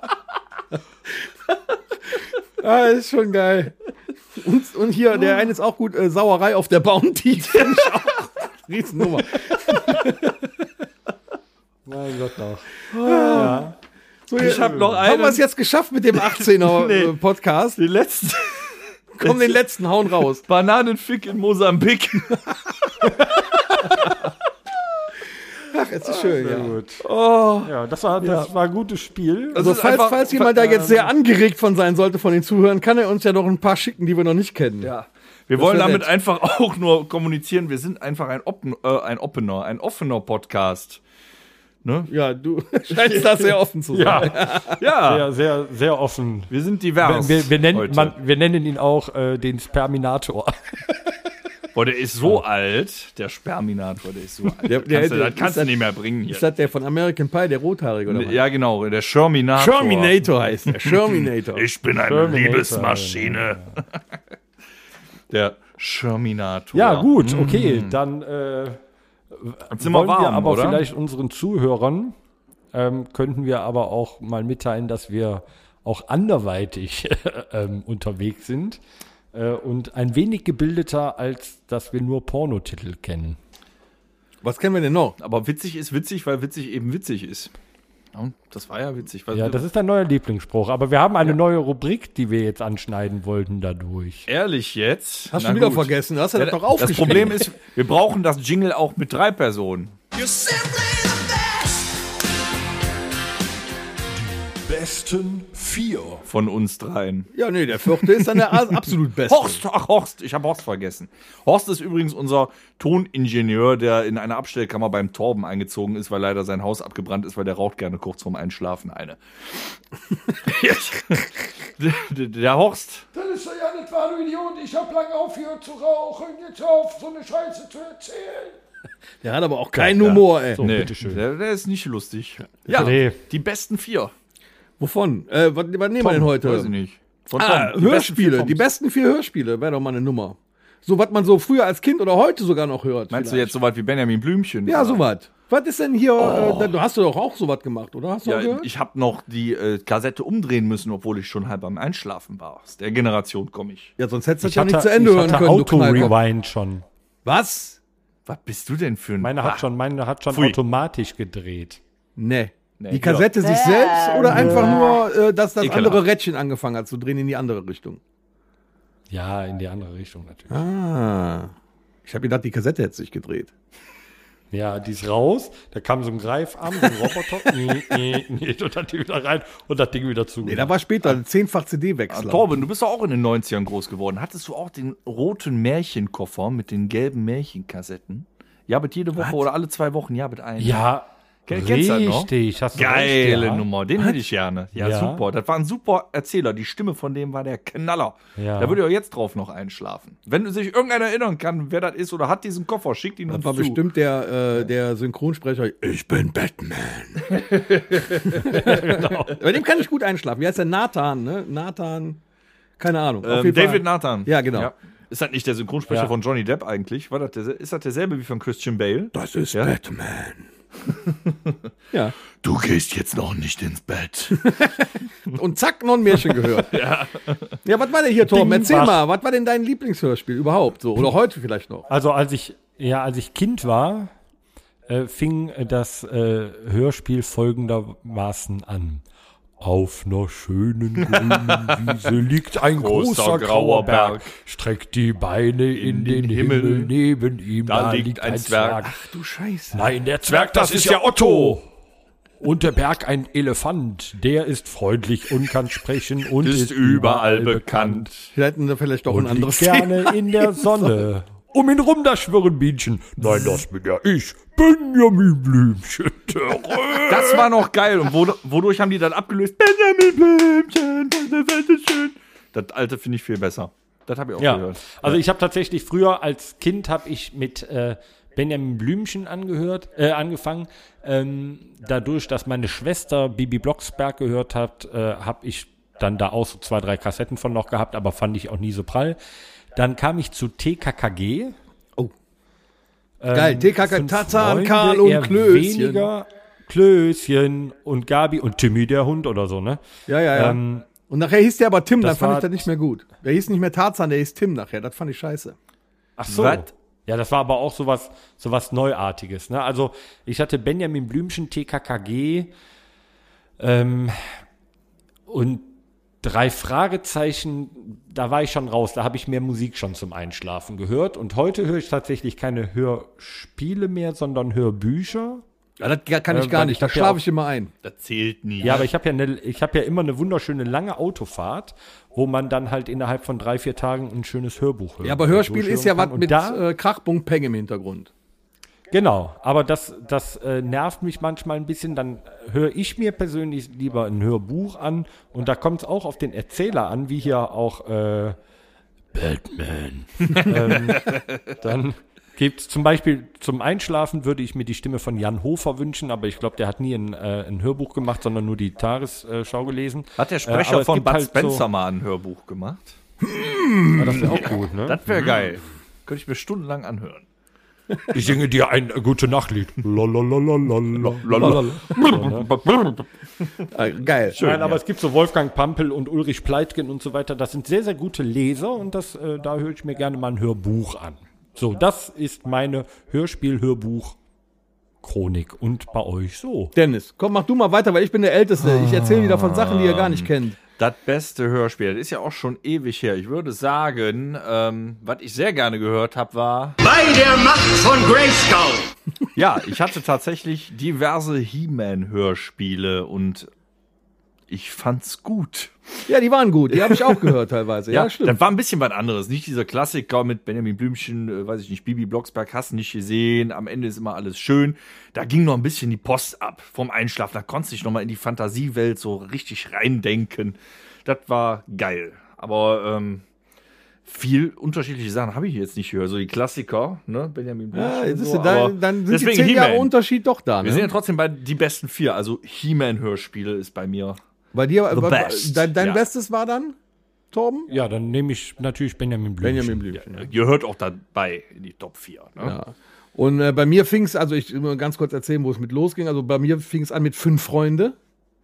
Speaker 4: ah, ist schon geil. Und, und hier, der eine ist auch gut, äh, Sauerei auf der Bounty. Find ich auch. Riesennummer.
Speaker 2: mein Gott, doch.
Speaker 4: So, ich
Speaker 3: hab noch
Speaker 4: Haben wir
Speaker 3: einen.
Speaker 4: es jetzt geschafft mit dem 18er äh, Podcast?
Speaker 3: Den letzten
Speaker 4: Komm, den letzten hauen raus.
Speaker 3: Bananenfick in Mosambik.
Speaker 4: Ach, es ist schön, ja.
Speaker 2: Ja, das war, das war ein gutes Spiel.
Speaker 4: Also,
Speaker 3: ist
Speaker 4: falls,
Speaker 3: einfach-
Speaker 4: falls jemand da jetzt sehr angeregt von sein sollte, von den Zuhörern, kann er uns ja noch ein paar schicken, die wir noch nicht kennen. Ja.
Speaker 3: Wir wollen
Speaker 4: wär
Speaker 3: damit
Speaker 4: nett.
Speaker 3: einfach auch nur kommunizieren. Wir sind einfach ein, Oppen, äh, ein Oppener, ein offener Podcast.
Speaker 4: Ja, du scheinst da sehr offen zu sein.
Speaker 2: Sehr,
Speaker 3: Ja,
Speaker 2: sehr, sehr offen.
Speaker 3: wir sind divers.
Speaker 2: Wir, wir, nennen,
Speaker 3: heute.
Speaker 2: man, wir nennen ihn auch äh, den Sperminator.
Speaker 3: Boah, der ist so alt, der Sperminator, der ist so alt.
Speaker 4: Der- der
Speaker 3: kannst du,
Speaker 4: hätte-
Speaker 3: das kannst
Speaker 4: ist
Speaker 3: du nicht mehr bringen hier.
Speaker 4: Ist das der von American Pie, der Rothaarige oder was?
Speaker 3: Ja, genau, der Sherminator.
Speaker 4: Terminator heißt der. Terminator.
Speaker 3: Ich bin eine
Speaker 2: Terminator,
Speaker 3: Liebesmaschine. Der Sherminator.
Speaker 2: Ja, gut, okay. Dann äh,
Speaker 3: Jetzt sind wir
Speaker 2: wollen
Speaker 3: warm,
Speaker 2: wir aber
Speaker 3: oder?
Speaker 2: vielleicht unseren Zuhörern, ähm, könnten wir aber auch mal mitteilen, dass wir auch anderweitig ähm, unterwegs sind äh, und ein wenig gebildeter, als dass wir nur Pornotitel kennen.
Speaker 4: Was kennen wir denn noch?
Speaker 3: Aber witzig ist witzig, weil witzig eben witzig ist. Ja, Das war ja witzig. weil-
Speaker 2: Ja, das ist ein neuer Lieblingsspruch. Aber wir haben eine neue Rubrik, die wir jetzt anschneiden wollten dadurch.
Speaker 3: ehrlich jetzt.
Speaker 4: Hast
Speaker 3: Na
Speaker 4: du wieder
Speaker 3: gut.
Speaker 4: vergessen? Hast du
Speaker 3: Ja,
Speaker 4: das doch
Speaker 3: das
Speaker 4: aufgeschrieben?
Speaker 3: Problem ist, wir brauchen das Jingle auch mit drei Personen.
Speaker 1: Besten vier.
Speaker 3: von uns dreien.
Speaker 4: Ja, nee, der vierte ist dann der a- absolut beste.
Speaker 3: Horst, ach Horst, ich habe Horst vergessen. Horst ist übrigens unser Toningenieur, der in einer Abstellkammer beim Torben eingezogen ist, weil leider sein Haus abgebrannt ist, weil der raucht gerne kurz vorm Einschlafen eine. der, der- der Horst,
Speaker 1: Das ist doch ja nicht wahr, du Idiot. Ich hab lange aufgehört zu rauchen. Jetzt hör auf, so eine Scheiße zu erzählen.
Speaker 4: Der hat aber auch keinen Humor, ey.
Speaker 2: So, bitteschön.
Speaker 3: Der, der ist nicht lustig. Ja,
Speaker 2: Nee.
Speaker 3: die besten vier.
Speaker 4: Wovon? Äh, was, was nehmen wir denn heute?
Speaker 3: Weiß ich nicht. Von
Speaker 4: Ah,
Speaker 3: Tom. Die
Speaker 4: Hörspiele,
Speaker 3: besten vier
Speaker 4: die
Speaker 3: Toms.
Speaker 4: besten vier Hörspiele, wäre doch mal eine Nummer. So, was man so früher als Kind oder heute sogar noch hört.
Speaker 3: Meinst du
Speaker 4: vielleicht.
Speaker 3: jetzt so weit wie Benjamin Blümchen?
Speaker 4: Ja, sowas. Was ist denn hier? Äh, da- du hast doch auch sowas gemacht, oder? Hast du auch
Speaker 3: Oh. Ja,
Speaker 4: gehört?
Speaker 3: ich habe noch die äh, Kassette umdrehen müssen, obwohl ich schon halb am Einschlafen war. Aus der Generation komme ich.
Speaker 4: ja, sonst hättest du das
Speaker 2: Ich
Speaker 4: ja
Speaker 2: hatte,
Speaker 4: nicht zu Ende
Speaker 2: ich
Speaker 4: hören
Speaker 2: hatte
Speaker 4: können. du Knallkopf.
Speaker 2: Auto-Rewind schon.
Speaker 4: Was?
Speaker 3: Was bist du denn für ein
Speaker 2: Meine
Speaker 3: Bah-
Speaker 2: hat schon, meine hat schon
Speaker 3: Ah. Pfui.
Speaker 2: automatisch gedreht.
Speaker 4: Nee.
Speaker 3: Nee,
Speaker 4: die Kassette sich selbst oder einfach nur, äh, dass das
Speaker 3: Ekelhaft.
Speaker 4: andere Rädchen angefangen hat zu drehen in die andere Richtung?
Speaker 2: Ja, in die andere Richtung natürlich.
Speaker 4: Ah. Ich habe gedacht, die Kassette hätte sich gedreht.
Speaker 2: Ja, die ist raus, da kam so ein Greifarm, so ein Roboter, nee, nee, nee, und hat die wieder rein und das Ding wieder zu.
Speaker 4: Nee, da war später ein zehnfach CD-Wechsler.
Speaker 3: Ah, Torben, du bist doch auch in den 90ern groß geworden. Hattest du auch den roten Märchenkoffer mit den gelben Märchenkassetten? Ja, mit jede Woche oder alle zwei Wochen, ja, mit einem.
Speaker 2: ja,
Speaker 3: Kenn- kennst du das noch?
Speaker 2: richtig. Hast du
Speaker 3: Geile
Speaker 2: recht, ja.
Speaker 3: Nummer, den hätte ich gerne. Ja,
Speaker 2: Ja.
Speaker 3: super. Das war ein super Erzähler. Die Stimme von dem war der Knaller.
Speaker 2: Ja.
Speaker 3: Da würde ich auch jetzt drauf noch einschlafen. Wenn sich irgendeiner erinnern kann, wer das ist oder hat diesen Koffer, schickt ihn
Speaker 4: Das
Speaker 3: uns
Speaker 4: war
Speaker 3: zu.
Speaker 4: Äh, bestimmt der, äh, der Synchronsprecher. Ich bin Batman. Bei dem kann ich gut einschlafen. Wie heißt der? Nathan, ne? Nathan. Keine Ahnung. Auf
Speaker 3: Ähm,
Speaker 4: jeden Fall.
Speaker 3: David Nathan.
Speaker 4: Ja, genau.
Speaker 3: Ist das nicht der Synchronsprecher
Speaker 2: Ja.
Speaker 3: von Johnny Depp eigentlich? War das der, ist das derselbe wie von Christian Bale?
Speaker 4: Das ist
Speaker 3: Ja.
Speaker 4: Batman. ja.
Speaker 3: Du gehst jetzt noch nicht ins Bett.
Speaker 4: Und zack, noch ein Märchen gehört. ja. ja, was war denn hier, Torben?
Speaker 2: Ding,
Speaker 4: Erzähl
Speaker 2: was-
Speaker 4: mal, was war denn dein Lieblingshörspiel überhaupt? So, oder heute vielleicht noch?
Speaker 2: Also als ich, ja, als ich Kind war, äh, fing äh, das äh, Hörspiel folgendermaßen an. Auf einer schönen grünen Wiese liegt ein
Speaker 3: Großer
Speaker 2: großer,
Speaker 3: grauer
Speaker 2: grauer Berg.
Speaker 3: Berg.
Speaker 2: Streckt die Beine in, den, Himmel. Neben ihm
Speaker 3: Da liegt ein Zwerg.
Speaker 4: Du Scheiße.
Speaker 2: Nein, der Zwerg, das, ist ja Otto. Und der Berg ein Elefant. Der ist freundlich und kann sprechen und
Speaker 3: Ist überall bekannt.
Speaker 4: Wir hätten da vielleicht doch ein
Speaker 2: und
Speaker 4: anderes
Speaker 2: liegt
Speaker 4: Thema.
Speaker 2: gerne in der Sonne. Um ihn rum da schwirren Bienchen. Nein, das bin ja ich, Benjamin Blümchen.
Speaker 3: Das war noch geil. Und wod- wodurch haben die das abgelöst? Benjamin Blümchen, deine Welt ist schön. Das alte finde ich viel besser. Das habe ich auch
Speaker 2: Ja,
Speaker 3: gehört.
Speaker 2: also ich habe tatsächlich früher als Kind habe ich mit äh, Benjamin Blümchen angehört, äh, angefangen. Ähm, dadurch, dass meine Schwester Bibi Blocksberg gehört hat, äh, habe ich dann da auch so zwei, drei Kassetten von noch gehabt, aber fand ich auch nie so prall. Dann kam ich zu TKKG.
Speaker 4: Oh. Geil, TKK,
Speaker 2: Ähm, Fünf
Speaker 4: Tarzan,
Speaker 2: Freunde,
Speaker 4: Karl und
Speaker 2: eher
Speaker 4: Klößchen.
Speaker 2: Weniger Klößchen und Gabi und Timmy der Hund oder so, ne?
Speaker 4: Ja, ja, ja.
Speaker 2: Ähm,
Speaker 4: und nachher hieß der aber Tim, dann
Speaker 2: das
Speaker 4: fand ich
Speaker 2: war-
Speaker 4: das nicht mehr gut. Der hieß nicht mehr Tarzan, der hieß Tim nachher. Das fand ich scheiße.
Speaker 2: Ach so.
Speaker 3: Was?
Speaker 2: Ja, das war aber auch sowas, sowas Neuartiges. Ne? Also ich hatte Benjamin Blümchen, TKKG ähm, und drei Fragezeichen, da war ich schon raus, da habe ich mehr Musik schon zum Einschlafen gehört. Und heute höre ich tatsächlich keine Hörspiele mehr, sondern Hörbücher.
Speaker 4: Ja, das ga- kann ich
Speaker 2: Ähm,
Speaker 4: gar
Speaker 2: weil
Speaker 4: nicht.
Speaker 2: ich
Speaker 4: Da
Speaker 2: hab ja
Speaker 4: schlafe
Speaker 2: auch-
Speaker 4: ich immer ein.
Speaker 3: Das zählt nie.
Speaker 2: Ja, aber ich habe ja, ne, ich hab ja immer eine wunderschöne lange Autofahrt, wo man dann halt innerhalb von drei, vier Tagen ein schönes Hörbuch hört.
Speaker 4: Ja, aber Hörspiel
Speaker 2: durchhören
Speaker 4: ist ja
Speaker 2: kann.
Speaker 4: was
Speaker 2: Und
Speaker 4: mit
Speaker 2: da-
Speaker 4: äh, Krachbung Peng im Hintergrund.
Speaker 2: Genau, aber das, das äh, nervt mich manchmal ein bisschen. Dann höre ich mir persönlich lieber ein Hörbuch an und da kommt es auch auf den Erzähler an, wie hier auch äh, Batman. ähm, dann gibt's zum Beispiel zum Einschlafen würde ich mir die Stimme von Jan Hofer wünschen, aber ich glaube, der hat nie ein, äh, ein Hörbuch gemacht, sondern nur die Tagesschau gelesen. Äh,
Speaker 3: Hat der
Speaker 2: aber
Speaker 3: Sprecher
Speaker 2: es
Speaker 3: von
Speaker 2: gibt
Speaker 3: Bud
Speaker 2: halt so-
Speaker 3: Spencer mal ein Hörbuch gemacht?
Speaker 2: Ja, das wäre auch gut, ne?
Speaker 3: Das wäre geil. Könnte ich mir stundenlang anhören.
Speaker 2: Ich singe dir ein äh, gute Nachtlied. Lalalala.
Speaker 4: Ah, geil.
Speaker 2: Nein, aber es gibt so Wolfgang Pampel und Ulrich Pleitgen und so weiter. Das sind sehr, sehr gute Leser und das, äh, da höre ich mir gerne mal ein Hörbuch an. So, das ist meine Hörspiel-Hörbuch-Chronik. Und bei euch so.
Speaker 4: Dennis, komm, mach du mal weiter, weil ich bin der Älteste. Ich erzähle wieder von Sachen, die ihr gar nicht kennt.
Speaker 3: Das beste Hörspiel, das ist ja auch schon ewig her. Ich würde sagen, ähm, was ich sehr gerne gehört habe, war.
Speaker 5: Bei der Macht von Grayskull.
Speaker 3: Ja, ich hatte tatsächlich diverse He-Man-Hörspiele und ich fand's gut.
Speaker 4: Ja, die waren gut. Die habe ich auch gehört teilweise. Ja, stimmt.
Speaker 3: Das war ein bisschen was anderes. Nicht dieser Klassiker mit Benjamin Blümchen, äh, weiß ich nicht, Bibi Blocksberg, hast du nicht gesehen. Am Ende ist immer alles schön. Da ging noch ein bisschen die Post ab vom Einschlafen. Da konntest du dich nochmal in die Fantasiewelt so richtig reindenken. Das war geil. Aber ähm, viel unterschiedliche Sachen habe ich jetzt nicht gehört. So die Klassiker, ne? Benjamin Blümchen.
Speaker 4: Ja,
Speaker 3: und
Speaker 4: jetzt ist
Speaker 3: so,
Speaker 4: ja da,
Speaker 3: aber
Speaker 4: Ah, dann sind die
Speaker 3: deswegen
Speaker 4: zehn Jahre
Speaker 3: He-Man.
Speaker 4: Unterschied doch da.
Speaker 3: Wir sind ja
Speaker 4: Ne?
Speaker 3: trotzdem bei die besten vier. Also He-Man-Hörspiele ist bei mir.
Speaker 4: Bei dir,
Speaker 3: The
Speaker 4: bei- bei-
Speaker 3: best.
Speaker 4: dein, dein
Speaker 3: Ja.
Speaker 4: Bestes war dann, Torben?
Speaker 2: Ja, dann nehme ich natürlich Benjamin Blümchen.
Speaker 4: Benjamin Blümchen.
Speaker 3: Gehört auch dabei in die Top 4. Ne?
Speaker 4: Und äh, bei mir fing es, also ich muss ganz kurz erzählen, wo es mit losging. Also bei mir fing es an mit fünf Freunde.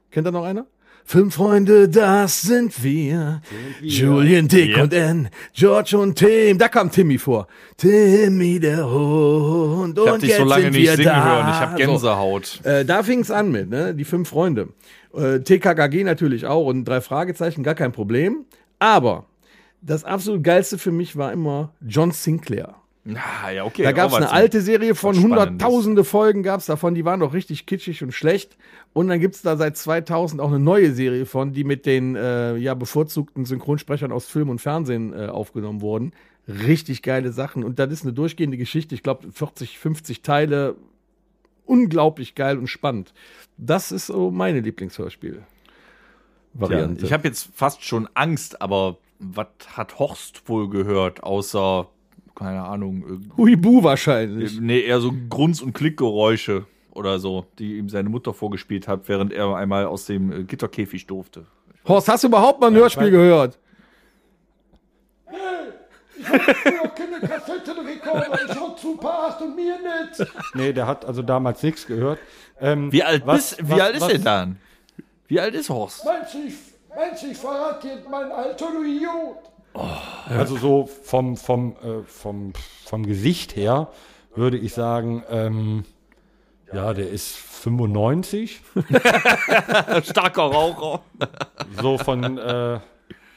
Speaker 4: Kennt da noch einer? Fünf Freunde, das sind wir. Julian, Dick
Speaker 3: Ja.
Speaker 4: und Ann, George und Tim. Da kam Timmy vor. Timmy der Hund.
Speaker 3: Ich
Speaker 4: und
Speaker 3: hab dich so
Speaker 4: jetzt
Speaker 3: lange
Speaker 4: sind
Speaker 3: nicht
Speaker 4: wir
Speaker 3: singen
Speaker 4: da.
Speaker 3: hören. Ich habe
Speaker 4: So.
Speaker 3: Gänsehaut.
Speaker 4: Äh, da fing es an mit, ne? Die fünf Freunde. Äh, TKKG natürlich auch und drei Fragezeichen, gar kein Problem. Aber das absolut geilste für mich war immer John Sinclair.
Speaker 3: Ah, ja, okay.
Speaker 4: Da gab es
Speaker 3: Robert
Speaker 4: eine alte Serie von
Speaker 3: was Spannendes.
Speaker 4: hunderttausende Folgen gab es davon, die waren doch richtig kitschig und schlecht. Und dann gibt es da seit 2000 auch eine neue Serie von, die mit den äh, ja, bevorzugten Synchronsprechern aus Film und Fernsehen äh, aufgenommen wurden. Richtig geile Sachen. Und das ist eine durchgehende Geschichte. Ich glaube, 40, 50 Teile. Unglaublich geil und spannend. Das ist so meine Lieblingshörspiel.
Speaker 3: Ja,
Speaker 4: Variante.
Speaker 3: ich habe jetzt fast schon Angst, aber was hat Horst wohl gehört, außer, keine Ahnung,
Speaker 4: Huibu
Speaker 3: äh,
Speaker 4: wahrscheinlich.
Speaker 3: nee, eher so Grunz- und Klickgeräusche. oder so, die ihm seine Mutter vorgespielt hat, während er einmal aus dem äh, Gitterkäfig durfte.
Speaker 4: Horst, hast du überhaupt mal ein Hörspiel gehört?
Speaker 1: Früher keine Kassettenrekorder, ich hab Super 8 und mir nicht.
Speaker 2: Nee, der hat also damals nichts gehört. Ähm,
Speaker 3: Wie alt,
Speaker 2: was-
Speaker 3: bist, wie
Speaker 2: was-
Speaker 3: alt ist
Speaker 2: was-
Speaker 3: er dann? Wie alt ist Horst?
Speaker 1: Meinst du, ich, meinst du, ich verrate jetzt mein Alter, du Idiot?
Speaker 2: Also so vom, vom, äh, vom, vom Gesicht her würde ich sagen, ähm, ja, der ist 95.
Speaker 3: Starker Raucher.
Speaker 2: So von, äh,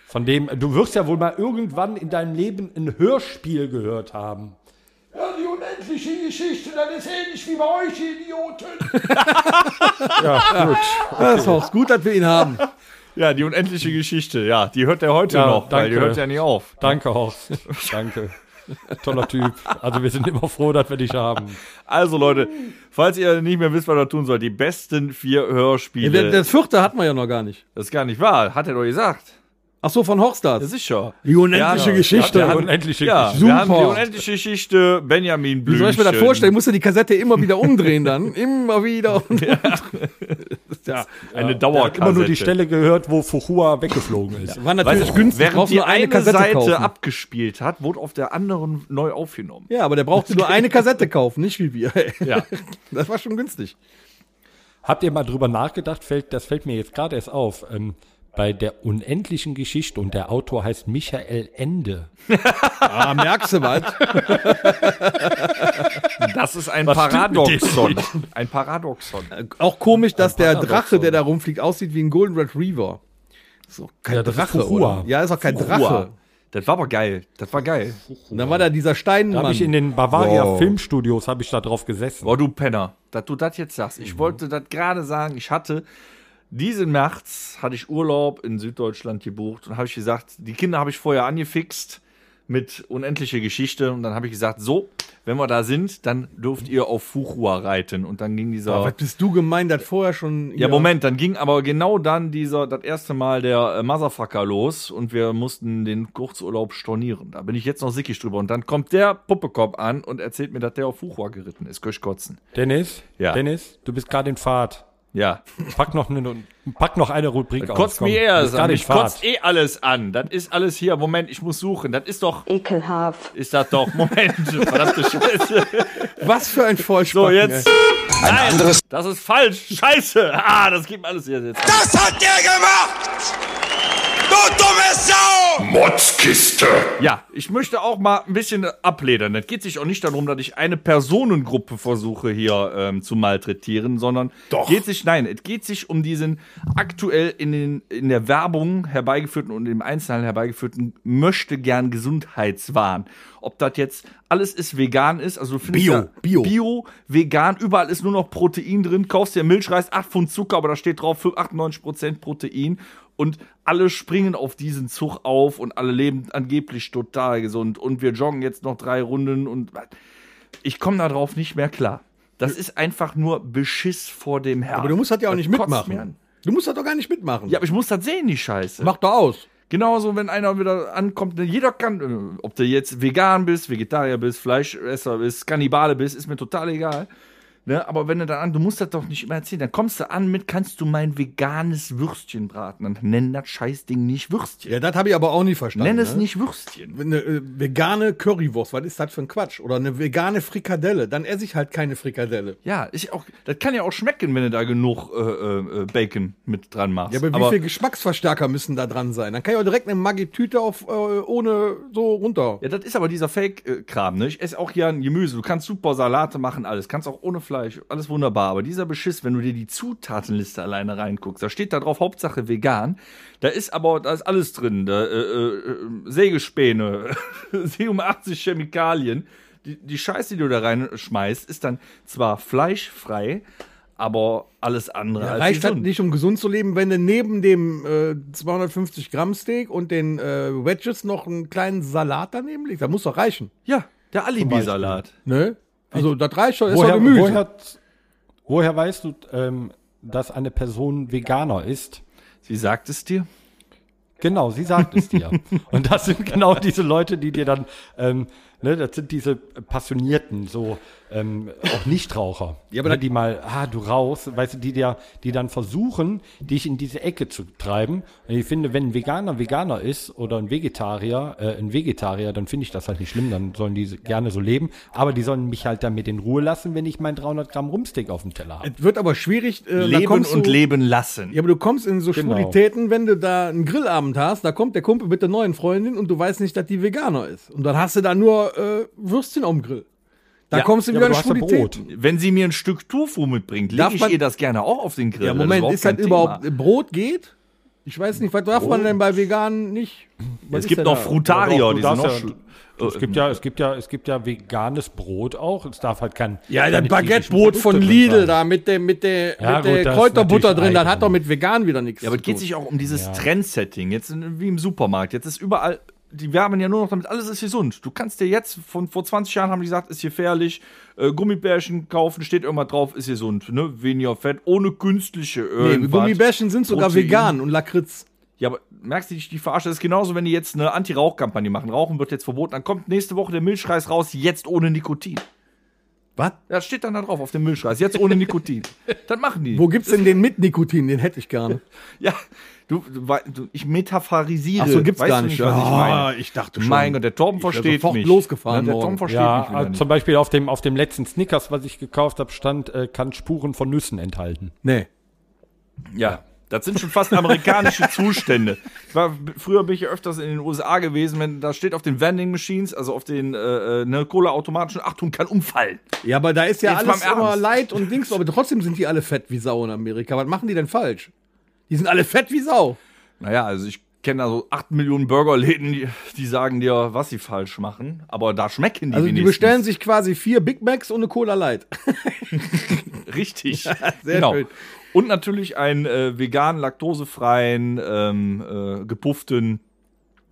Speaker 2: von dem, du wirst ja wohl mal irgendwann in deinem Leben ein Hörspiel gehört haben.
Speaker 1: Ja, die unendliche Geschichte, das ist ähnlich wie bei euch, ihr Idioten.
Speaker 2: Ja, gut.
Speaker 4: Das ist Horst, gut, dass wir ihn haben.
Speaker 3: Ja, die unendliche Geschichte, ja, die hört er heute
Speaker 2: Ja,
Speaker 3: noch, weil die
Speaker 2: danke.
Speaker 3: hört ja nie auf.
Speaker 2: Danke, Horst. Danke. Toller Typ. Also wir sind immer froh, dass wir dich haben.
Speaker 3: Also Leute, falls ihr nicht mehr wisst, was ihr tun sollt, die besten vier Hörspiele.
Speaker 4: Der, das vierte hatten wir ja noch gar nicht.
Speaker 3: das ist gar nicht wahr, hat er doch gesagt.
Speaker 4: Ach so, von genau. Horst das.
Speaker 3: Ja, sicher.
Speaker 4: Die unendliche
Speaker 3: Ja,
Speaker 4: Geschichte.
Speaker 3: Ja, wir haben,
Speaker 2: Unendliche
Speaker 3: ja,
Speaker 2: Geschichte.
Speaker 3: wir haben die
Speaker 4: Super.
Speaker 3: unendliche Geschichte, Benjamin
Speaker 4: Wie
Speaker 3: Blümchen.
Speaker 4: soll ich mir das vorstellen? Ich musste die Kassette immer wieder umdrehen dann. Immer wieder. Und
Speaker 3: Ja, eine
Speaker 2: Ich habe
Speaker 3: Dauerkassette.
Speaker 2: immer nur die Stelle gehört, wo Fuchua weggeflogen ist.
Speaker 4: war
Speaker 3: Weißt
Speaker 4: natürlich
Speaker 3: du,
Speaker 4: günstig.
Speaker 3: während
Speaker 4: brauchst
Speaker 3: die
Speaker 4: nur
Speaker 3: eine,
Speaker 4: eine Kassette
Speaker 3: Seite
Speaker 4: kaufen.
Speaker 3: abgespielt hat, wurde auf der anderen neu aufgenommen.
Speaker 4: Ja, aber der brauchte nur eine Kassette kaufen, nicht wie wir.
Speaker 3: Ja.
Speaker 4: Das war schon günstig.
Speaker 2: Habt ihr mal drüber nachgedacht? Fällt, das fällt mir jetzt gerade erst auf. Ähm, bei der unendlichen Geschichte und der Autor heißt Michael Ende.
Speaker 4: Ah, merkst du was?
Speaker 3: Das ist
Speaker 2: stimmt mit
Speaker 3: ein
Speaker 2: dem
Speaker 3: Paradoxon. Ein Paradoxon.
Speaker 4: Auch komisch, dass der
Speaker 2: Paradoxon.
Speaker 4: Drache, der da rumfliegt, aussieht wie ein Golden Retriever. Ist doch kein
Speaker 2: Ja, das ist
Speaker 4: Drache,
Speaker 2: Fuhua.
Speaker 4: oder? Ja, ist auch kein Drache.
Speaker 3: Uah, Das war aber geil. Das war geil.
Speaker 4: Und dann war da dieser
Speaker 2: Da
Speaker 4: Steinmann.
Speaker 2: habe ich in den Bavaria
Speaker 4: Wow.
Speaker 2: Filmstudios habe ich da drauf gesessen.
Speaker 3: Boah, du Penner, Mhm. dass du das jetzt sagst. Ich wollte das gerade sagen. Ich hatte diesen März hatte ich Urlaub in Süddeutschland gebucht und habe ich gesagt, die Kinder habe ich vorher angefixt mit unendliche Geschichte und dann habe ich gesagt, so, wenn wir da sind, dann dürft ihr auf Fuchua reiten und dann ging dieser
Speaker 4: was bist du gemein, das vorher schon.
Speaker 3: ja, Moment, dann ging aber genau dann dieser, das erste Mal der äh, Motherfucker los und wir mussten den Kurzurlaub stornieren. Da bin ich jetzt noch sickig drüber. Und dann kommt der Puppekopf an und erzählt mir, dass der auf Fuchua geritten ist. Kösch kotzen.
Speaker 2: Dennis,
Speaker 3: Ja.
Speaker 2: Dennis, du bist gerade in Fahrt.
Speaker 3: Ja.
Speaker 2: Pack noch eine, pack noch eine Rubrik aus.
Speaker 3: Kotzt
Speaker 2: komm.
Speaker 3: mir
Speaker 2: Du
Speaker 3: eher
Speaker 2: bist
Speaker 3: das an.
Speaker 2: gerade in
Speaker 3: Mich kotzt
Speaker 2: Fahrt.
Speaker 3: eh alles an. Das ist alles hier. Moment, ich muss suchen. Das ist doch,
Speaker 6: Ekelhaft.
Speaker 3: ist das doch. Moment, verdammte Scheiße.
Speaker 4: Was für ein Vollspann.
Speaker 3: So, jetzt. Nein, das ist falsch. Scheiße. Ah, das gibt mir alles hier jetzt. an.
Speaker 8: Das hat der gemacht! Du dumme Sau!
Speaker 5: Motzkiste.
Speaker 3: Ja, ich möchte auch mal ein bisschen abledern. Das geht sich auch nicht darum, dass ich eine Personengruppe versuche hier ähm, zu malträtieren, sondern Doch. geht sich nein, es geht sich um diesen aktuell in den in der Werbung herbeigeführten und im Einzelhandel herbeigeführten möchte gern Gesundheitswahn. Ob das jetzt alles ist vegan ist, also du findest
Speaker 4: Bio,
Speaker 3: ja
Speaker 4: Bio.
Speaker 3: Bio, vegan, überall ist nur noch Protein drin. Kaufst dir Milchreis, 8 Pfund Zucker, aber da steht drauf 98% Protein. Und alle springen auf diesen Zug auf und alle leben angeblich total gesund. Und wir joggen jetzt noch drei Runden und ich komme darauf nicht mehr klar. Das ist einfach nur Beschiss vor dem Herrn.
Speaker 4: Aber du musst das ja auch
Speaker 3: Das
Speaker 4: nicht
Speaker 3: kotzt mir an.
Speaker 4: mitmachen. Du musst das doch gar nicht mitmachen.
Speaker 3: Ja, aber ich muss das sehen, die Scheiße.
Speaker 4: Mach doch aus.
Speaker 3: Genauso, wenn einer wieder ankommt, ne, jeder kann, äh, ob du jetzt vegan bist, Vegetarier bist, Fleischesser bist, Kannibale bist, ist mir total egal. Ne, aber wenn du dann an, du musst das doch nicht immer erzählen, dann kommst du an mit, kannst du mein veganes Würstchen braten. Dann nenn das Scheißding nicht Würstchen.
Speaker 4: Ja, das habe ich aber auch nie verstanden.
Speaker 3: nenn es
Speaker 4: ne?
Speaker 3: nicht Würstchen.
Speaker 4: Eine äh, vegane Currywurst, was ist das für ein Quatsch? Oder eine vegane Frikadelle, dann esse ich halt keine Frikadelle.
Speaker 3: Ja, ist auch, das kann ja auch schmecken, wenn du da genug äh, äh, äh, Bacon mit dran machst.
Speaker 4: Ja, aber, wie viel Geschmacksverstärker müssen da dran sein? Dann kann ich auch direkt eine Maggi-Tüte auf, äh, ohne so runter.
Speaker 3: Ja, das ist aber dieser Fake-Kram, ne? Ich esse auch hier ein Gemüse. Du kannst super Salate machen, alles. Kannst auch ohne Fleisch, alles wunderbar. Aber dieser Beschiss, wenn du dir die Zutatenliste alleine reinguckst, da steht da drauf Hauptsache vegan. Da ist aber, da ist alles drin. Da, äh, äh, äh, Sägespäne, 87 Chemikalien. Die, die Scheiße, die du da reinschmeißt, ist dann zwar fleischfrei, aber alles andere als
Speaker 4: Reicht das
Speaker 3: gesund.
Speaker 4: nicht, um gesund zu leben, wenn du neben dem äh, 250 Gramm Steak und den äh, Wedges noch einen kleinen Salat daneben legst? Das muss doch reichen,
Speaker 3: Ja, der Alibi-Salat.
Speaker 4: ne? Also das reicht doch, ist doch
Speaker 2: Woher,
Speaker 4: Gemüse.
Speaker 2: woher, woher weißt du, ähm, dass eine Person Veganer ist?
Speaker 3: Sie sagt es dir?
Speaker 2: Genau, sie sagt es dir. Und das sind genau diese Leute, die dir dann ähm, Ne, das sind diese passionierten, so ähm, auch Nichtraucher,
Speaker 4: Ja, aber
Speaker 2: ne,
Speaker 4: da-
Speaker 2: die mal, ah, du rauchst, weißt du, die, dir, die dann versuchen, dich in diese Ecke zu treiben. Und ich finde, wenn ein Veganer Veganer ist oder ein Vegetarier, äh, ein Vegetarier, dann finde ich das halt nicht schlimm, dann sollen die so- gerne so leben. Aber die sollen mich halt damit in Ruhe lassen, wenn ich meinen 300 Gramm Rumsteak auf dem Teller habe.
Speaker 4: Es wird aber schwierig. Äh, da
Speaker 3: Leben
Speaker 4: kommst
Speaker 3: und
Speaker 4: du,
Speaker 3: leben lassen.
Speaker 4: Ja, aber du kommst in so
Speaker 2: Genau.
Speaker 4: Schwulitäten, wenn du da einen Grillabend hast, da kommt der Kumpel mit der neuen Freundin und du weißt nicht, dass die Veganer ist. Und dann hast du da nur äh, Würstchen am Grill. Da
Speaker 3: Ja,
Speaker 4: kommst du
Speaker 2: ja,
Speaker 4: wieder
Speaker 2: aber
Speaker 4: in
Speaker 2: du hast ja
Speaker 4: Schwulitäten.
Speaker 3: Wenn sie mir ein Stück Tofu mitbringt,
Speaker 4: Darf
Speaker 3: lege ich
Speaker 4: man-
Speaker 3: ihr das gerne auch auf den Grill.
Speaker 4: Ja,
Speaker 3: Das
Speaker 4: Moment, ist das
Speaker 3: kein
Speaker 4: überhaupt äh,
Speaker 3: Thema.
Speaker 4: Brot geht? Ich weiß nicht, was darf man denn bei Veganen nicht? Was
Speaker 3: Es
Speaker 4: ist
Speaker 3: gibt
Speaker 4: denn
Speaker 3: noch
Speaker 4: da?
Speaker 3: Frutarier,
Speaker 2: du
Speaker 3: die sind
Speaker 2: darfst
Speaker 3: noch
Speaker 2: ja-
Speaker 3: schl-
Speaker 2: Es gibt ja, es gibt ja, es gibt ja veganes Brot auch. Es darf halt kein.
Speaker 4: Ja,
Speaker 2: keine
Speaker 4: das
Speaker 2: tierischen
Speaker 4: Baguettebrot
Speaker 2: Produkte
Speaker 4: von
Speaker 2: drin
Speaker 4: Lidl
Speaker 2: sein.
Speaker 4: da mit der, mit der,
Speaker 2: Ja,
Speaker 4: mit
Speaker 2: gut,
Speaker 4: der
Speaker 2: das ist
Speaker 4: Kräuterbutter
Speaker 2: natürlich
Speaker 4: drin, das hat
Speaker 2: Eigentum.
Speaker 4: doch mit vegan wieder nichts
Speaker 3: Ja, aber es geht sich auch um dieses Trendsetting. Jetzt in- wie im Supermarkt. Jetzt ist überall, die werben ja nur noch damit, alles ist gesund. Du kannst dir jetzt, von vor 20 Jahren haben die gesagt, ist gefährlich. Äh, Gummibärchen kaufen, steht immer drauf, ist gesund. Ne? Weniger Fett, ohne künstliche
Speaker 4: Nee,
Speaker 3: Öl.
Speaker 4: Gummibärchen sind sogar
Speaker 3: Protein.
Speaker 4: vegan und Lakritz.
Speaker 3: Ja, aber merkst du nicht, die Verarsche Das ist genauso, wenn die jetzt eine Anti-Rauch-Kampagne machen. Rauchen wird jetzt verboten, dann kommt nächste Woche der Milchreis raus, jetzt ohne Nikotin.
Speaker 4: Was?
Speaker 3: Das steht dann da drauf auf dem Milchreis, jetzt ohne Nikotin. das machen die.
Speaker 4: Wo gibt's denn den mit Nikotin? Den hätte ich gerne.
Speaker 3: Ja, du, du, wei- du ich metaphorisiere.
Speaker 4: Ach so, gibt's
Speaker 3: weißt
Speaker 4: gar
Speaker 3: du
Speaker 4: nicht,
Speaker 3: was
Speaker 4: ja.
Speaker 3: ich meine.
Speaker 4: Ah, ich dachte schon.
Speaker 3: Mein Gott, der Torben
Speaker 4: Ich wär
Speaker 3: versteht
Speaker 4: sofort
Speaker 3: mich.
Speaker 4: losgefahren
Speaker 3: Ja, der
Speaker 4: morgen. also,
Speaker 3: Torben versteht mich
Speaker 2: Ja,
Speaker 3: wieder
Speaker 2: äh,
Speaker 3: nicht.
Speaker 2: zum Beispiel auf dem, auf dem letzten Snickers, was ich gekauft habe, stand, äh, kann Spuren von Nüssen enthalten.
Speaker 4: Nee.
Speaker 3: Ja. Das sind schon fast amerikanische Zustände. Ich war, früher bin ich ja öfters in den USA gewesen, wenn da steht auf den Vending Machines, also auf den äh, äh, ne, Cola-Automaten schon, Achtung, kann umfallen.
Speaker 4: Ja, aber da ist ja
Speaker 3: Jetzt
Speaker 4: alles
Speaker 3: mal im
Speaker 4: immer
Speaker 3: Ernst.
Speaker 4: Leid und Dings, aber trotzdem sind die alle fett wie Sau in Amerika. Was machen die denn falsch? Die sind alle fett wie Sau.
Speaker 3: Naja, also ich kenne da so 8 Millionen Burgerläden, die, die sagen dir, was sie falsch machen, aber da schmecken die
Speaker 4: Also die
Speaker 3: wenigstens.
Speaker 4: bestellen sich quasi vier Big Macs und eine Cola Light.
Speaker 3: Richtig.
Speaker 4: sehr
Speaker 3: Genau.
Speaker 4: schön.
Speaker 3: Und natürlich einen äh, vegan, laktosefreien, ähm, äh, gepufften,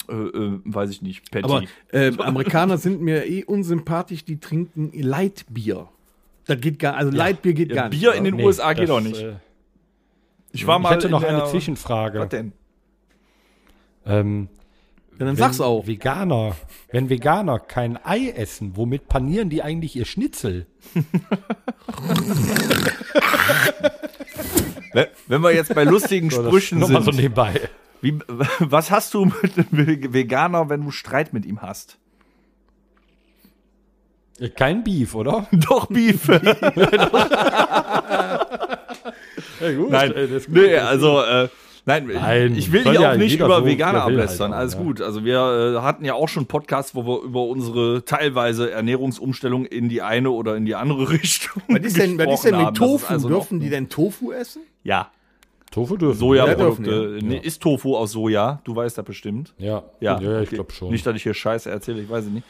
Speaker 3: äh, äh, weiß ich nicht, Patty.
Speaker 4: Aber ähm, Amerikaner sind mir eh unsympathisch, die trinken Lightbier. Das geht gar also Lightbier geht
Speaker 3: ja,
Speaker 4: gar nicht.
Speaker 3: Bier in den
Speaker 2: Nee,
Speaker 3: USA geht
Speaker 2: das,
Speaker 3: auch nicht.
Speaker 2: äh,
Speaker 3: Ich war
Speaker 2: Ich
Speaker 3: mal
Speaker 2: hätte
Speaker 3: in
Speaker 2: noch
Speaker 3: der-
Speaker 2: eine Zwischenfrage.
Speaker 3: Was denn?
Speaker 2: Ähm,
Speaker 4: Ja, dann sag's auch.
Speaker 2: Veganer, wenn Veganer kein Ei essen, womit panieren die eigentlich ihr Schnitzel?
Speaker 3: Wenn, wenn wir jetzt bei lustigen Sprüchen
Speaker 2: Nochmal
Speaker 3: sind,
Speaker 2: so nebenbei.
Speaker 3: wie, was hast du mit einem Veganer, wenn du Streit mit ihm hast?
Speaker 2: Äh, Kein Beef, oder?
Speaker 3: Doch, Beef.
Speaker 2: Ja, gut.
Speaker 3: Nein, nee, also äh, nein,
Speaker 2: Nein,
Speaker 3: ich will
Speaker 2: soll
Speaker 3: hier
Speaker 2: ja
Speaker 3: auch nicht
Speaker 2: jeder
Speaker 3: über
Speaker 2: so, wie er
Speaker 3: Veganer
Speaker 2: will
Speaker 3: ablästern.
Speaker 2: halt auch,
Speaker 3: Alles
Speaker 2: ja.
Speaker 3: gut. Also wir äh, hatten ja auch schon Podcasts, wo wir über unsere teilweise Ernährungsumstellung in die eine oder in die andere Richtung
Speaker 4: Was ist denn, was ist denn
Speaker 3: gesprochen haben.
Speaker 4: mit
Speaker 3: Das ist
Speaker 4: Tofu?
Speaker 3: also noch-
Speaker 4: Dürfen die denn Tofu essen?
Speaker 3: Ja,
Speaker 2: Tofu dürfen.
Speaker 3: Sojaprodukte.
Speaker 4: Ja, dürfen
Speaker 3: Nee, Ist Tofu aus Soja? Du weißt das bestimmt.
Speaker 2: Ja, ja,
Speaker 3: Ja,
Speaker 2: ja ich
Speaker 3: okay.
Speaker 2: glaube schon.
Speaker 3: Nicht, dass ich hier Scheiße erzähle, ich weiß es nicht.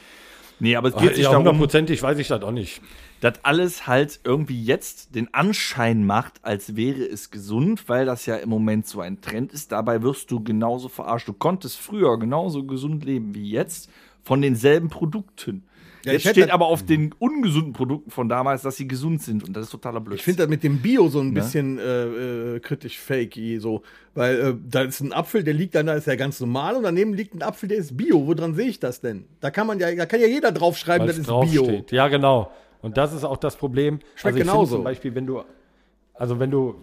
Speaker 3: Nee, aber es
Speaker 2: Ah,
Speaker 3: geht sich
Speaker 2: ja,
Speaker 3: darum,
Speaker 2: hundertprozentig weiß ich das auch nicht.
Speaker 3: dass alles halt irgendwie jetzt den Anschein macht, als wäre es gesund, weil das ja im Moment so ein Trend ist. Dabei wirst du genauso verarscht. Du konntest früher genauso gesund leben wie jetzt von denselben Produkten.
Speaker 4: Ja, ich
Speaker 3: jetzt
Speaker 4: hätte- halt
Speaker 3: steht aber auf den ungesunden Produkten von damals, dass sie gesund sind und das ist totaler Blödsinn.
Speaker 4: Ich finde das mit dem Bio
Speaker 3: Ne?
Speaker 4: so ein bisschen äh, äh, kritisch fake, so. Weil äh, da ist ein Apfel, der liegt dann, da ist ja ganz normal und daneben liegt ein Apfel, der ist Bio. Woran sehe ich das denn? Da kann man ja, da kann ja jeder draufschreiben,
Speaker 2: Weil
Speaker 4: das
Speaker 2: es
Speaker 4: ist
Speaker 2: draufsteht.
Speaker 4: Bio.
Speaker 2: Ja, genau. Und das ist auch das Problem. Also
Speaker 4: Schmeckt
Speaker 2: ich finde
Speaker 4: genauso.
Speaker 2: Zum Beispiel, wenn du, also wenn du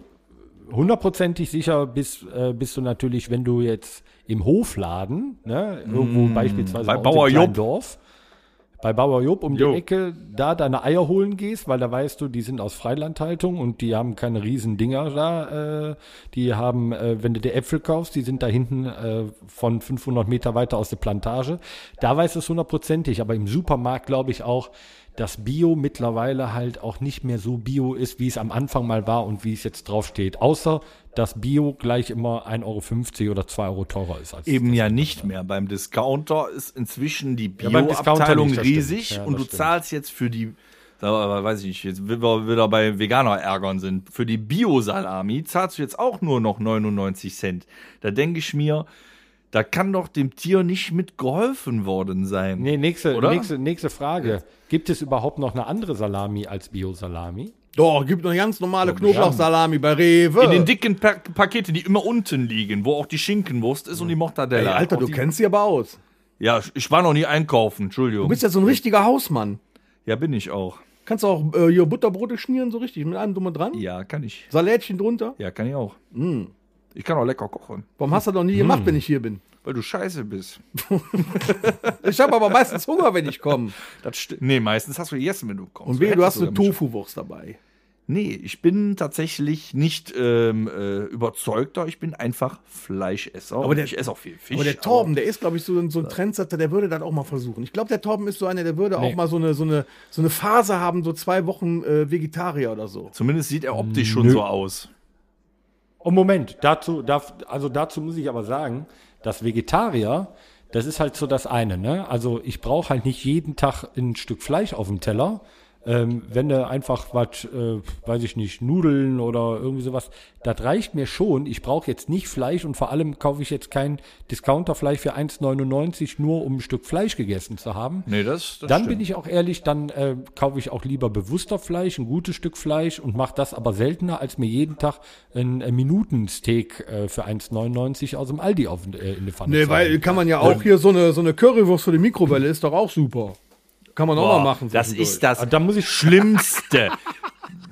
Speaker 2: hundertprozentig sicher bist, äh, bist du natürlich, wenn du jetzt im Hofladen, ne, irgendwo
Speaker 4: Mm,
Speaker 2: beispielsweise
Speaker 3: bei
Speaker 2: uns im
Speaker 3: Bauer
Speaker 2: kleinen
Speaker 3: Jupp.
Speaker 2: Dorf, bei Bauer Job um
Speaker 3: Jo.
Speaker 2: die Ecke, da deine Eier holen gehst, weil da weißt du, die sind aus Freilandhaltung und die haben keine riesen Dinger da. Äh, die haben, äh, wenn du dir Äpfel kaufst, die sind da hinten äh, von 500 Meter weiter aus der Plantage. Da weißt du es hundertprozentig, aber im Supermarkt glaube ich auch, dass Bio mittlerweile halt auch nicht mehr so Bio ist, wie es am Anfang mal war und wie es jetzt draufsteht. Außer, dass Bio gleich immer 1,50 Euro oder 2 Euro teurer ist. Als
Speaker 3: Eben ja nicht mehr. Beim Discounter ist inzwischen die
Speaker 2: Ja, beim Discounter
Speaker 3: Bio-Abteilung
Speaker 2: nicht, das
Speaker 3: riesig
Speaker 2: stimmt. Ja,
Speaker 3: und
Speaker 2: das
Speaker 3: du
Speaker 2: stimmt.
Speaker 3: zahlst jetzt für die, aber weiß ich nicht, jetzt wenn wir wieder bei Veganer ärgern sind, für die Bio-Salami zahlst du jetzt auch nur noch 99 Cent. Da denke ich mir, da kann doch dem Tier nicht mit geholfen worden sein.
Speaker 2: Nee, nächste,
Speaker 3: Oder?
Speaker 2: nächste, nächste Frage. Gibt es überhaupt noch eine andere Salami als Bio-Salami?
Speaker 4: Doch, gibt noch ganz normale Knoblauchsalami bei Rewe.
Speaker 3: In den dicken pa Pakete, die immer unten liegen, wo auch die Schinkenwurst ist und die Mortadella.
Speaker 4: Ey, Alter,
Speaker 3: Auch
Speaker 4: du
Speaker 3: die,
Speaker 4: kennst sie aber aus.
Speaker 3: Ja, ich war noch nie einkaufen, Entschuldigung.
Speaker 4: Du bist ja so ein richtiger Hausmann.
Speaker 3: ja, bin ich auch.
Speaker 4: Kannst du auch äh, hier Butterbrote schmieren, so richtig, mit allem drum und dran?
Speaker 3: Ja, kann ich.
Speaker 4: Salätchen drunter?
Speaker 3: Ja, kann ich auch. Ich kann auch lecker kochen,
Speaker 4: Warum hast du das noch
Speaker 3: Hm.
Speaker 4: nie gemacht, wenn ich hier bin?
Speaker 3: weil du scheiße bist.
Speaker 4: Ich habe aber meistens Hunger, wenn ich komme.
Speaker 3: Das sti- nee, meistens hast du gegessen, wenn du kommst.
Speaker 4: Und wehe,
Speaker 3: Wer
Speaker 4: du
Speaker 3: hätte
Speaker 4: hast eine
Speaker 3: sogar mit-
Speaker 4: Tofu-Wurst dabei.
Speaker 3: Nee, ich bin tatsächlich nicht ähm, äh, überzeugter, ich bin einfach Fleischesser.
Speaker 4: Aber der-
Speaker 3: ich esse auch viel Fisch.
Speaker 4: Aber der Torben, der ist, glaube ich, so, ein- so ein Trendsetter, der würde das auch mal versuchen. Ich glaube, der Torben ist so einer, der würde auch mal so eine, so, eine, so eine Phase haben, so zwei Wochen äh, Vegetarier oder so.
Speaker 3: Zumindest sieht er optisch schon so aus.
Speaker 2: Und Moment, dazu, darf, also dazu muss ich aber sagen, dass Vegetarier, das ist halt so das eine, ne? Also ich brauche halt nicht jeden Tag ein Stück Fleisch auf dem Teller. Ähm, wenn du einfach was, äh, weiß ich nicht, Nudeln oder irgendwie sowas, das reicht mir schon. Ich brauche jetzt nicht Fleisch und vor allem kaufe ich jetzt kein Discounterfleisch für 1,99 nur um ein Stück Fleisch gegessen zu haben.
Speaker 3: Nee, das, das
Speaker 2: Dann bin ich auch ehrlich, dann äh, kaufe ich auch lieber bewusster Fleisch, ein gutes Stück Fleisch und mache das aber seltener, als mir jeden Tag ein äh, Minutensteak äh, für 1,99 aus dem Aldi auf, äh, in die Pfanne
Speaker 4: Nee,
Speaker 2: zu
Speaker 4: weil
Speaker 2: hauen.
Speaker 4: kann man ja auch hier so eine, so eine Currywurst für die Mikrowelle ist doch auch super. Kann man auch mal machen.
Speaker 3: Das
Speaker 4: zwischendurch.
Speaker 3: ist das
Speaker 2: Aber da muss ich
Speaker 3: Schlimmste.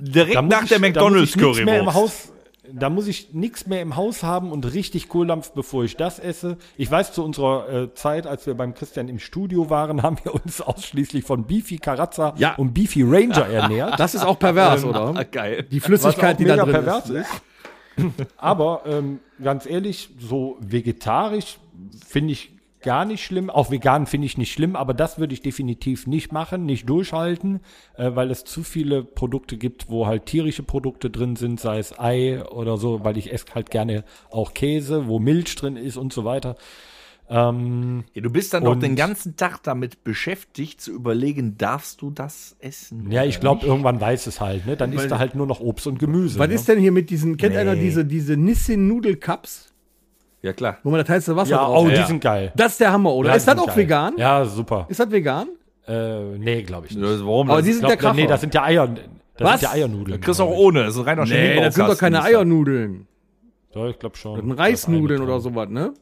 Speaker 3: Direkt
Speaker 2: da muss
Speaker 3: nach
Speaker 2: ich-
Speaker 3: der
Speaker 2: da muss ich
Speaker 3: McDonalds
Speaker 2: nichts mehr im
Speaker 3: Currywurst.
Speaker 2: Haus- Da muss ich nichts mehr im Haus haben und richtig Kohldampf, bevor ich das esse. Ich weiß, zu unserer äh, Zeit, als wir beim Christian im Studio waren, haben wir uns ausschließlich von Beefy Carazza
Speaker 4: Ja.
Speaker 2: und Beefy Ranger ernährt.
Speaker 4: Das ist auch pervers, oder?
Speaker 3: Ah, geil.
Speaker 4: Die Flüssigkeit, die da drin ist.
Speaker 2: Aber ähm, ganz ehrlich, so vegetarisch finde ich gar nicht schlimm. Auch vegan finde ich nicht schlimm, aber das würde ich definitiv nicht machen, nicht durchhalten, äh, weil es zu viele Produkte gibt, wo halt tierische Produkte drin sind, sei es Ei oder so, weil ich esse halt gerne auch Käse, wo Milch drin ist und so weiter.
Speaker 3: Ja, du bist dann doch
Speaker 2: Und-
Speaker 3: den ganzen Tag damit beschäftigt, zu überlegen, darfst du das essen?
Speaker 2: Ja, ich glaube, irgendwann weiß es halt, ne? Dann isst er halt nur noch Obst und Gemüse.
Speaker 4: Was
Speaker 2: ne?
Speaker 4: ist denn hier mit diesen, kennt einer diese, diese Nissin-Nudel-Cups,
Speaker 3: Ja, klar.
Speaker 4: wo man das heiße Wasser
Speaker 2: ja,
Speaker 4: drauf
Speaker 2: oh,
Speaker 4: hat?
Speaker 2: die
Speaker 3: Ja.
Speaker 2: sind geil.
Speaker 4: Das ist der Hammer, oder?
Speaker 2: Ja,
Speaker 4: ist das
Speaker 2: die sind
Speaker 4: auch
Speaker 2: geil.
Speaker 4: vegan?
Speaker 2: Ja, super.
Speaker 4: Ist das vegan?
Speaker 2: Äh, nee, glaube ich nicht.
Speaker 3: Das- Warum?
Speaker 4: Aber
Speaker 3: das?
Speaker 4: die sind
Speaker 2: Glaub,
Speaker 4: der Kracher.
Speaker 2: Nee, das sind ja Eier. Das
Speaker 4: Was?
Speaker 2: sind ja Eiernudeln.
Speaker 3: Kriegst du auch ohne, Also das ist ein reiner
Speaker 4: nee, das sind doch keine
Speaker 3: Chemiebaukastenstar.
Speaker 4: Eiernudeln.
Speaker 2: Ja, ich glaube schon.
Speaker 4: Das sind Reisnudeln
Speaker 2: Das eine
Speaker 4: oder
Speaker 2: dran.
Speaker 4: sowas, ne?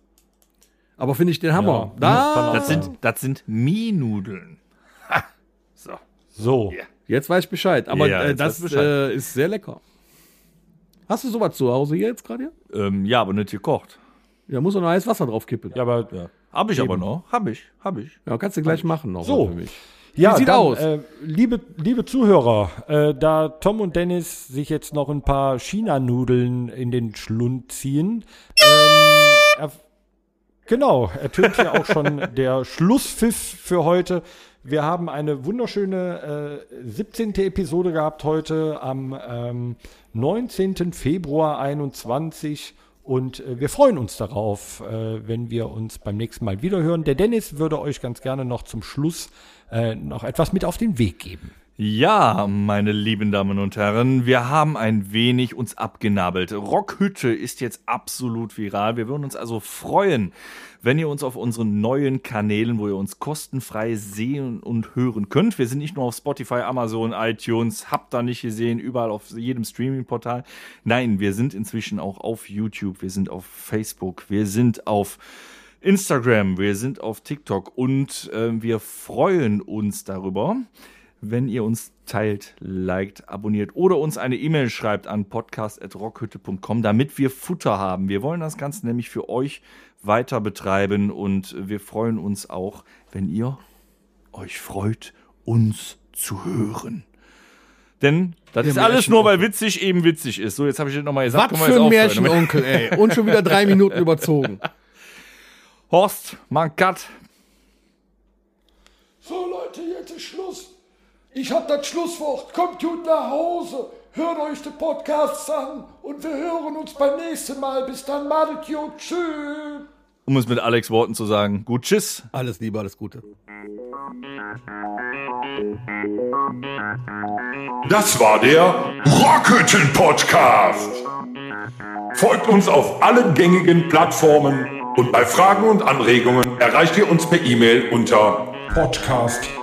Speaker 4: Aber finde ich den Hammer.
Speaker 2: Ja.
Speaker 4: Da,
Speaker 2: Kann
Speaker 3: Das sind, das sind Mienudeln.
Speaker 2: So.
Speaker 4: jetzt weiß ich Bescheid. Aber
Speaker 3: Ja,
Speaker 4: äh,
Speaker 3: jetzt
Speaker 4: das
Speaker 3: weiß ich Bescheid.
Speaker 4: Äh, ist sehr lecker. Hast du sowas zu Hause hier jetzt gerade? hier?
Speaker 3: Ähm, ja, aber nicht gekocht.
Speaker 4: Ja, muss auch noch heißes Wasser drauf kippen.
Speaker 2: Ja, aber.
Speaker 3: Hab ich aber noch. Hab ich, hab ich.
Speaker 4: Ja, kannst du gleich machen noch.
Speaker 2: So.
Speaker 4: mal für mich.
Speaker 2: Ja,
Speaker 4: sieht aus?
Speaker 2: Äh, liebe, liebe Zuhörer, äh, da Tom und Dennis sich jetzt noch ein paar China-Nudeln in den Schlund ziehen. Ähm, er, genau, ertönt hier auch schon der Schlusspfiff für heute. Wir haben eine wunderschöne äh, 17. Episode gehabt heute am ähm, 19. Februar 21. Und äh, wir freuen uns darauf, äh, wenn wir uns beim nächsten Mal wiederhören. Der Dennis würde euch ganz gerne noch zum Schluss äh, noch etwas mit auf den Weg geben.
Speaker 3: Ja, meine lieben Damen und Herren, wir haben ein wenig uns abgenabelt. Rockhütte ist jetzt absolut viral. Wir würden uns also freuen, wenn ihr uns auf unseren neuen Kanälen, wo ihr uns kostenfrei sehen und hören könnt. Wir sind nicht nur auf Spotify, Amazon, iTunes, habt da nicht gesehen, überall auf jedem Streaming-Portal. Nein, wir sind inzwischen auch auf YouTube, wir sind auf Facebook, wir sind auf Instagram, wir sind auf TikTok und äh, wir freuen uns darüber wenn ihr uns teilt, liked, abonniert oder uns eine E-Mail schreibt an podcast.rockhütte.com, damit wir Futter haben. Wir wollen das Ganze nämlich für euch weiter betreiben und wir freuen uns auch, wenn ihr euch freut, uns zu hören. Denn das ist alles nur, weil witzig eben witzig ist. So, jetzt habe ich das nochmal gesagt.
Speaker 4: Was
Speaker 3: Können wir
Speaker 4: für ein
Speaker 3: jetzt aufhören.
Speaker 4: Märchenonkel, ey. Und schon wieder drei Minuten überzogen.
Speaker 3: Horst, man Cut.
Speaker 1: So Leute, jetzt ist Schluss. Ich hab das Schlusswort. Kommt gut nach Hause. Hört euch den Podcast an und wir hören uns beim nächsten Mal. Bis dann, madet gut. Tschüss.
Speaker 3: Um es mit Alex Worten zu sagen. Gut, tschüss.
Speaker 4: Alles Liebe, alles Gute.
Speaker 9: Das war der Rockhütten Podcast. Folgt uns auf allen gängigen Plattformen und bei Fragen und Anregungen erreicht ihr uns per E-Mail unter